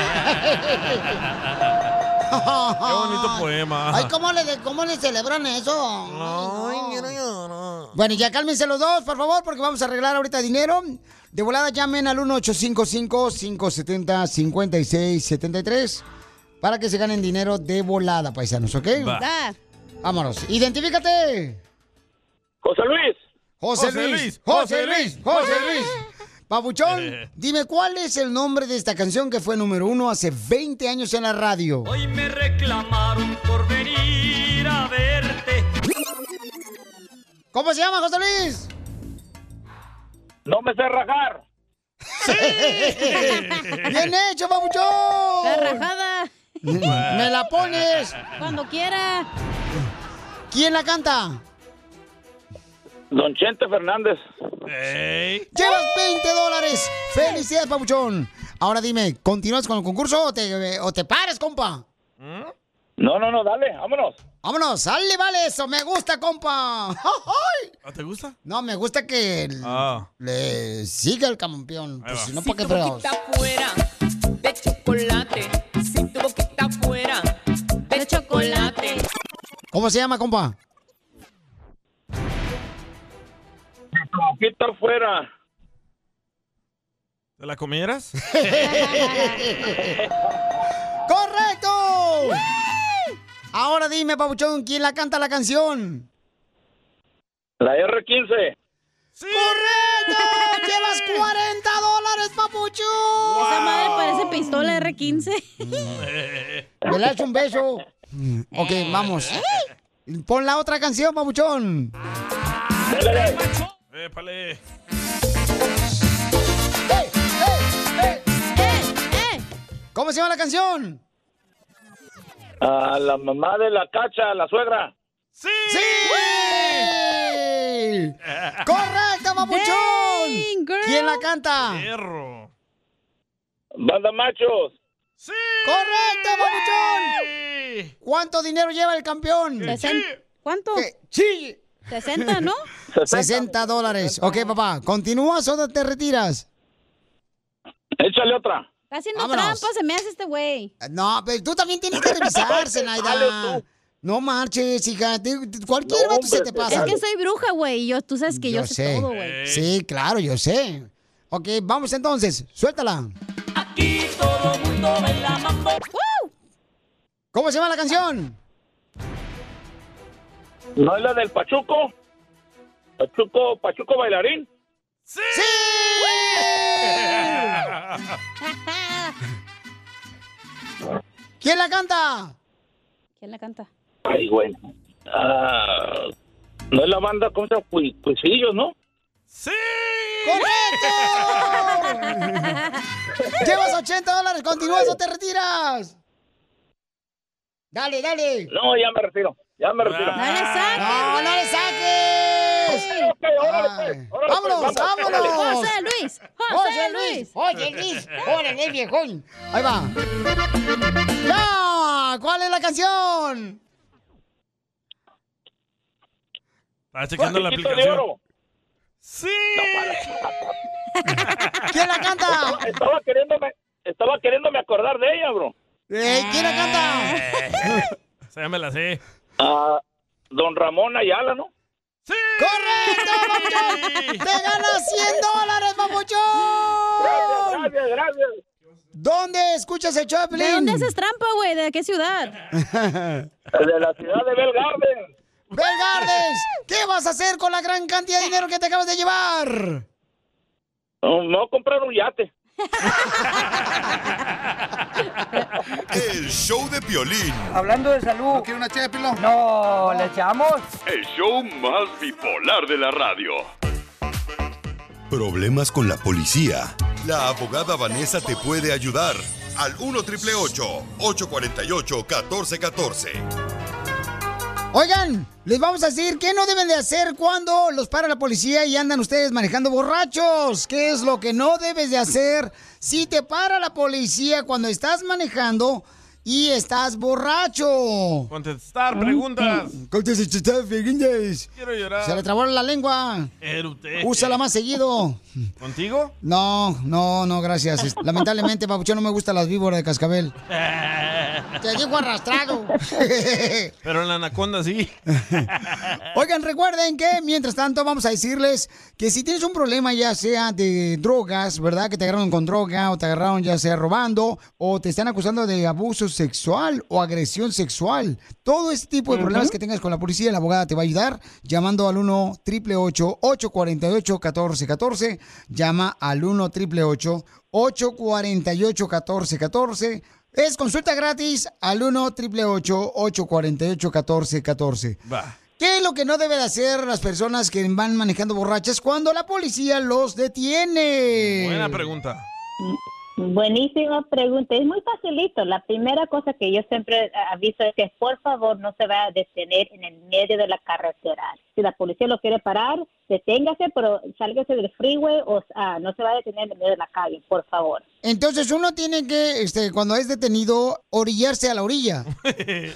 S4: Qué bonito poema.
S1: Ay, ¿cómo le, cómo le celebran eso? Ay, Bueno, ya cálmense los dos, por favor, porque vamos a arreglar ahorita dinero. De volada llamen al 1-855-570-5673 para que se ganen dinero de volada, paisanos, ¿ok?
S13: Va.
S1: Vámonos. Identifícate.
S9: José Luis.
S1: José
S13: José
S1: Luis.
S13: Luis,
S1: José
S13: José
S1: Luis.
S13: Luis,
S1: José
S13: José
S1: Luis. Papuchón, dime cuál es el nombre de esta canción que fue número uno hace 20 años en la radio.
S7: Hoy me reclamaron por venir a verte.
S1: ¿Cómo se llama, José Luis?
S9: No me sé rajar.
S1: ¡Bien hecho, papuchón!
S5: La rajada.
S1: ¡Me la pones!
S5: Cuando quiera.
S1: ¿Quién la canta?
S9: Don Chente Fernández.
S1: ¡Llevas 20 dólares! ¡Felicidades, papuchón! Ahora dime, ¿continúas con el concurso o te, o te pares, compa?
S22: Hmm?
S9: No, no, no, dale, vámonos.
S1: ¡Vámonos! ¡Sale, vale eso! ¡Me gusta, compa! ¡Ay!
S4: ¿Ah, ¿Te gusta? Ah.
S1: No, me gusta que el- le siga el campeón. Pues, si no, ¿para qué
S7: tu
S1: fregados?
S7: boquita fuera de chocolate, si tu boquita fuera de chocolate.
S1: ¿Cómo se llama, compa?
S9: Poquito afuera.
S4: ¿Te la comieras?
S1: ¡Correcto! Ahora dime, papuchón, ¿quién la canta la canción?
S9: La R15.
S1: ¡Correcto! ¡Llevas 40 dólares, papuchón!
S5: Esa madre parece pistola R15.
S1: Me le hace un beso. Mm. Ok, vamos. Pon la otra canción, babuchón.
S4: Épale.
S1: ¿Cómo se llama la canción?
S9: A la mamá de la cacha, la suegra.
S4: ¡Sí!
S1: ¡Sí! ¡Correcta,
S9: Dang,
S1: babuchón!
S9: girl.
S1: ¿Quién la canta?
S4: Perro.
S9: Banda machos.
S1: ¡Correcto, babuchón! ¿Cuánto dinero lleva el campeón?
S5: Sesen- ¿Cuánto?
S1: ¡Sí!
S5: 60, ¿no?
S1: 60 dólares. Ok, papá. ¿Continúas o te retiras?
S9: Échale otra.
S5: Está haciendo
S1: Vámonos.
S5: trampa, se me hace este güey.
S1: No, pero tú también tienes que revisar, Zenaida. No marches, hija. Te- te- Cualquier
S5: No,
S1: vato se
S5: hombre,
S1: te pasa.
S5: Es que soy bruja, güey. y Yo, tú sabes que yo, sé, todo, güey.
S1: Sí, claro, yo sé. Ok, vamos entonces. Suéltala. ¿Cómo se llama la canción?
S9: ¿No es la del Pachuco? Pachuco, Pachuco bailarín.
S4: ¡Sí!
S1: ¿Quién la canta?
S5: ¿Quién la canta?
S9: Ay, güey. Ah, no es la banda contra Cuisillos, ¿no?
S1: ¡Correcto! Llevas 80 dólares, continúas o te retiras. Dale, dale.
S9: No, ya me retiro. Ya me retiro.
S1: No, no le saques. Ay.
S9: pues,
S1: Vámonos, vámonos.
S5: José Luis.
S1: José
S5: José
S1: Luis.
S5: Luis.
S1: Oye, Luis. Órale, viejón. Ahí va. ¡Ya! ¿Cuál es la canción?
S4: Está chequeando la
S9: Chiquito de
S4: aplicación.
S9: oro.
S4: ¡Sí!
S1: ¿Quién la canta?
S9: Estaba queriéndome, estaba queriéndome acordar de ella, bro.
S1: ¿Quién la canta?
S4: O sea, ya me Eh, la sé.
S9: Ah, don Ramón Ayala, ¿no?
S1: ¡Correcto, papuchón! ¡Te ganas 100 dólares, papuchón!
S9: Gracias, gracias.
S1: ¿Dónde escuchas el show,
S5: ¿De dónde haces trampa, güey? ¿De qué ciudad?
S9: De la ciudad de Belgarden.
S1: Belgardes, ¿qué vas a hacer con la gran cantidad de dinero que te acabas de llevar?
S9: No, me voy a comprar un yate.
S12: El show de Piolín.
S10: Hablando de salud. ¿No quiere una ché No, ¿le echamos?
S3: El show más bipolar de la radio.
S12: Problemas con la policía. La abogada Vanessa te puede ayudar. Al 1 triple 848 1414.
S1: Oigan, les vamos a decir qué no deben de hacer cuando los para la policía y andan ustedes manejando borrachos. ¿Qué es lo que no debes de hacer si te para la policía cuando estás manejando y estás borracho?
S4: Contestar preguntas.
S1: Contestar preguntas.
S4: Quiero llorar.
S1: Se le trabó la lengua.
S4: Erupte.
S1: Úsala más seguido.
S4: ¿Contigo?
S1: No, no, no, gracias. Est- Lamentablemente, papuchón, no me gustan las víboras de cascabel.
S4: Te
S1: digo arrastrado.
S4: Pero en la anaconda sí.
S1: Oigan, recuerden que mientras tanto vamos a decirles que si tienes un problema ya sea de drogas, ¿verdad? Que te agarraron con droga o te agarraron ya sea robando o te están acusando de abuso sexual o agresión sexual. Todo este tipo de problemas que tengas con la policía, la abogada te va a ayudar llamando al 1 888 848 1414 Llama al 1 888 848 1414 Es consulta gratis al 1 888 848 1414
S4: Va.
S1: ¿Qué es lo que no deben hacer las personas que van manejando borrachas cuando la policía los detiene?
S4: Buena pregunta.
S27: Buenísima pregunta, es muy facilito. La primera cosa que yo siempre eh, aviso es que por favor no se vaya a detener en el medio de la carretera. Si la policía lo quiere parar, deténgase, pero sálgase del freeway o ah, no se va a detener en el medio de la calle, por favor.
S1: Entonces uno tiene que, este, cuando es detenido, orillarse a la orilla.
S27: E-,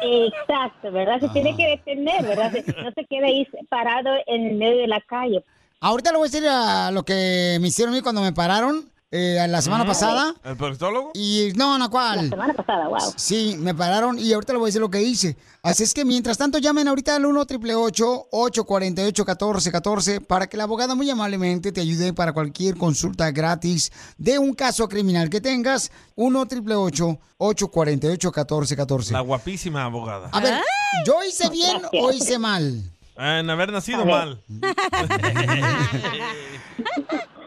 S27: Exacto, ¿verdad? Se tiene que detener, ¿verdad? Se- No se quede ahí parado en el medio de la calle.
S1: Ahorita le voy a decir a lo que me hicieron a mí cuando me pararon eh, la semana
S27: Ah,
S4: Mm.
S1: pasada.
S4: ¿El proctólogo?
S1: Y no, no, ¿cuál?
S4: La semana
S27: pasada, wow.
S1: Sí, me pararon y ahorita les voy a decir lo que hice. Así es que mientras tanto llamen ahorita al 1 888 848 1414 para que la abogada muy amablemente te ayude para cualquier consulta gratis de un caso criminal que tengas. 1 888 848 1414
S4: La guapísima abogada.
S1: A ver, ¿yo hice bien o hice mal?
S4: En haber nacido mal.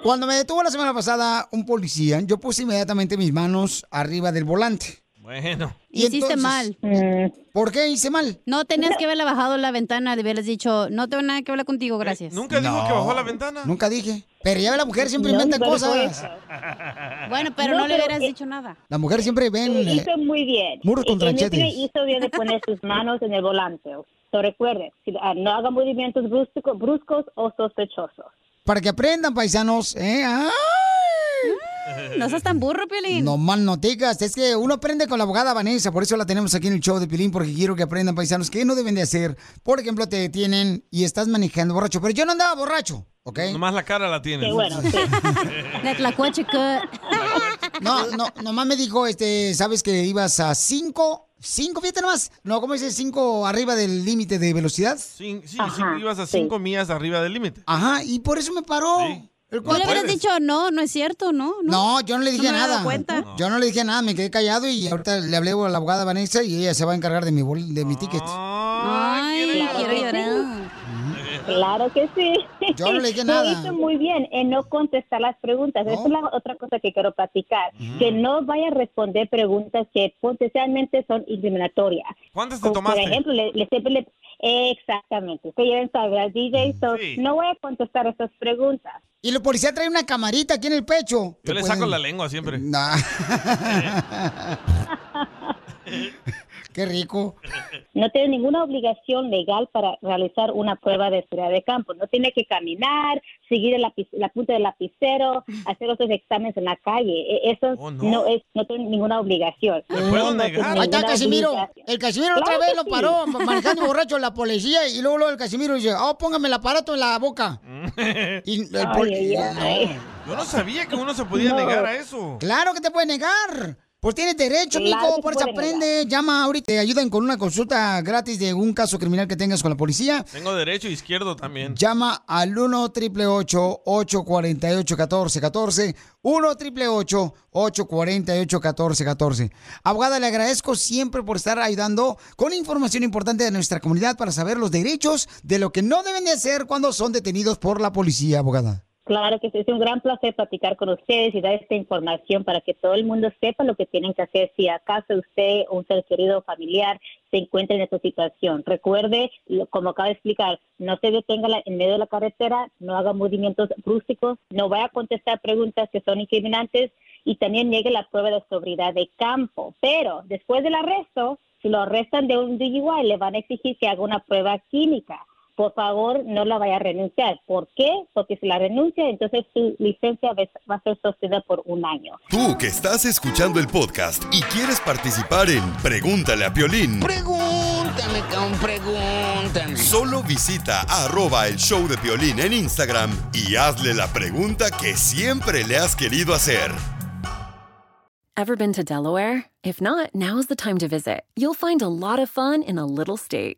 S1: Cuando me detuvo la semana pasada un policía, yo puse inmediatamente mis manos arriba del volante.
S4: Bueno.
S5: Hiciste mal.
S1: ¿Por qué hice mal?
S5: No tenías que haberle bajado la ventana, de hubieras dicho, no tengo nada que hablar contigo, gracias.
S4: Eh, Nunca dijo que bajó la ventana.
S1: Nunca dije. Pero ya la mujer siempre inventa cosas.
S5: pues. Bueno, pero no,
S27: No,
S5: le
S27: pero
S5: hubieras
S27: que-
S5: dicho nada.
S1: La mujer siempre ven.
S27: Sí,
S1: eh,
S27: hizo muy bien.
S1: Muros con
S27: Y- y en
S1: tranchetes.
S27: este hizo bien de poner sus manos en el volante. So, recuerde, si, ah, no haga movimientos brusco- bruscos o sospechosos.
S1: para que aprendan, paisanos. ¿eh? ¡Ay!
S5: No seas tan burro, Piolín.
S1: No mal noticas, es que uno aprende con la abogada Vanessa, por eso la tenemos aquí en el show de Pilín, porque quiero que aprendan paisanos qué no deben de hacer. Por ejemplo, te detienen y estás manejando borracho, pero yo no andaba borracho, ¿ok?
S4: Nomás la cara la tienes.
S1: Qué bueno, sí. No, no, nomás me dijo, este, sabes que ibas a 5, 5, fíjate nomás, no, ¿cómo dice 5 arriba del límite de velocidad?
S4: Sí, sí,
S1: Ajá,
S4: ibas a
S1: sí.
S4: 5 millas arriba del límite.
S1: Ajá, y por eso me paró. El
S5: Tú le hubieras dicho, no, no es cierto, no.
S1: No, yo no le dije
S5: me había dado
S1: nada.
S5: cuenta.
S1: Yo no le dije nada, me quedé callado y ahorita le hablé a la abogada Vanessa y ella se va a encargar de mi, bol- de mi ticket.
S4: Ah.
S5: Ay, quiero llorar.
S27: Claro que sí.
S1: Yo no le dije
S27: Lo
S1: nada.
S27: hizo muy bien en no contestar las preguntas. Esa es la otra cosa que quiero platicar. Que no vaya a responder preguntas que potencialmente son incriminatorias.
S4: ¿Cuántas
S27: te tomaste? Por ejemplo, le, le- siempre le- Exactamente. Usted ya sabe, al DJ, so, no voy a contestar esas preguntas.
S1: Y la policía trae una camarita aquí en el pecho.
S4: Yo le saco la lengua siempre.
S1: Nah. Qué rico.
S27: No tiene ninguna obligación legal para realizar una prueba de seguridad de campo. No tiene que caminar, seguir el lapi- la punta del lapicero, hacer otros exámenes en la calle. E- Eso no. es, no tiene ninguna obligación.
S1: Oh, puedo
S27: No tiene
S1: negar. pues, Ahí está
S27: ninguna
S1: Casimiro.
S27: obligación.
S1: El Casimiro
S27: Claro
S1: otra vez
S27: que
S1: lo
S27: sí.
S1: paró manejando borracho la policía y luego, luego el Casimiro dice, oh, póngame el aparato en la boca. Y el
S4: Ay,
S1: pol-
S4: ay, ay.
S1: No.
S4: Yo Mm. no sabía que uno se podía
S1: No.
S4: negar a eso.
S1: Claro que te puede negar. Pues tienes derecho,
S4: Claro
S1: amigo.
S4: que
S1: Por
S4: se
S1: eso
S4: puede
S1: aprende. Llama ahorita. Te ayudan con una consulta gratis de un caso criminal que tengas con la policía.
S4: Tengo derecho e izquierdo también.
S1: Llama al 1 triple 848 1414 1 triple 848 1414 Abogada, le agradezco siempre por estar ayudando con información importante de nuestra comunidad para saber los derechos de lo que no deben de hacer cuando son detenidos por la policía, abogada.
S27: Claro que sí, es un gran placer platicar con ustedes y dar esta información para que todo el mundo sepa lo que tienen que hacer si acaso usted o un ser querido o familiar se encuentra en esta situación. Recuerde, lo- como acabo de explicar, no se detenga la- en medio de la carretera, no haga movimientos bruscos, no vaya a contestar preguntas que son incriminantes y también niegue la prueba de sobriedad de campo. Pero después del arresto, si lo arrestan de un DUI, le van a exigir que haga una prueba química por favor no la vaya a renunciar. ¿Por qué? Porque si la renuncia, entonces su licencia va va a ser sostenida por un año.
S12: Tú que estás escuchando el podcast y quieres participar en Pregúntale a Piolín,
S13: Pregúntame, cabrón, pregúntame.
S12: solo visita arroba el show de Piolín en Instagram y hazle la pregunta que siempre le has querido hacer.
S11: Ever been to Delaware? If not, now's the time to visit. You'll find a lot of fun in a little state.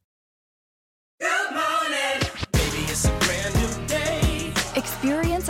S8: Experience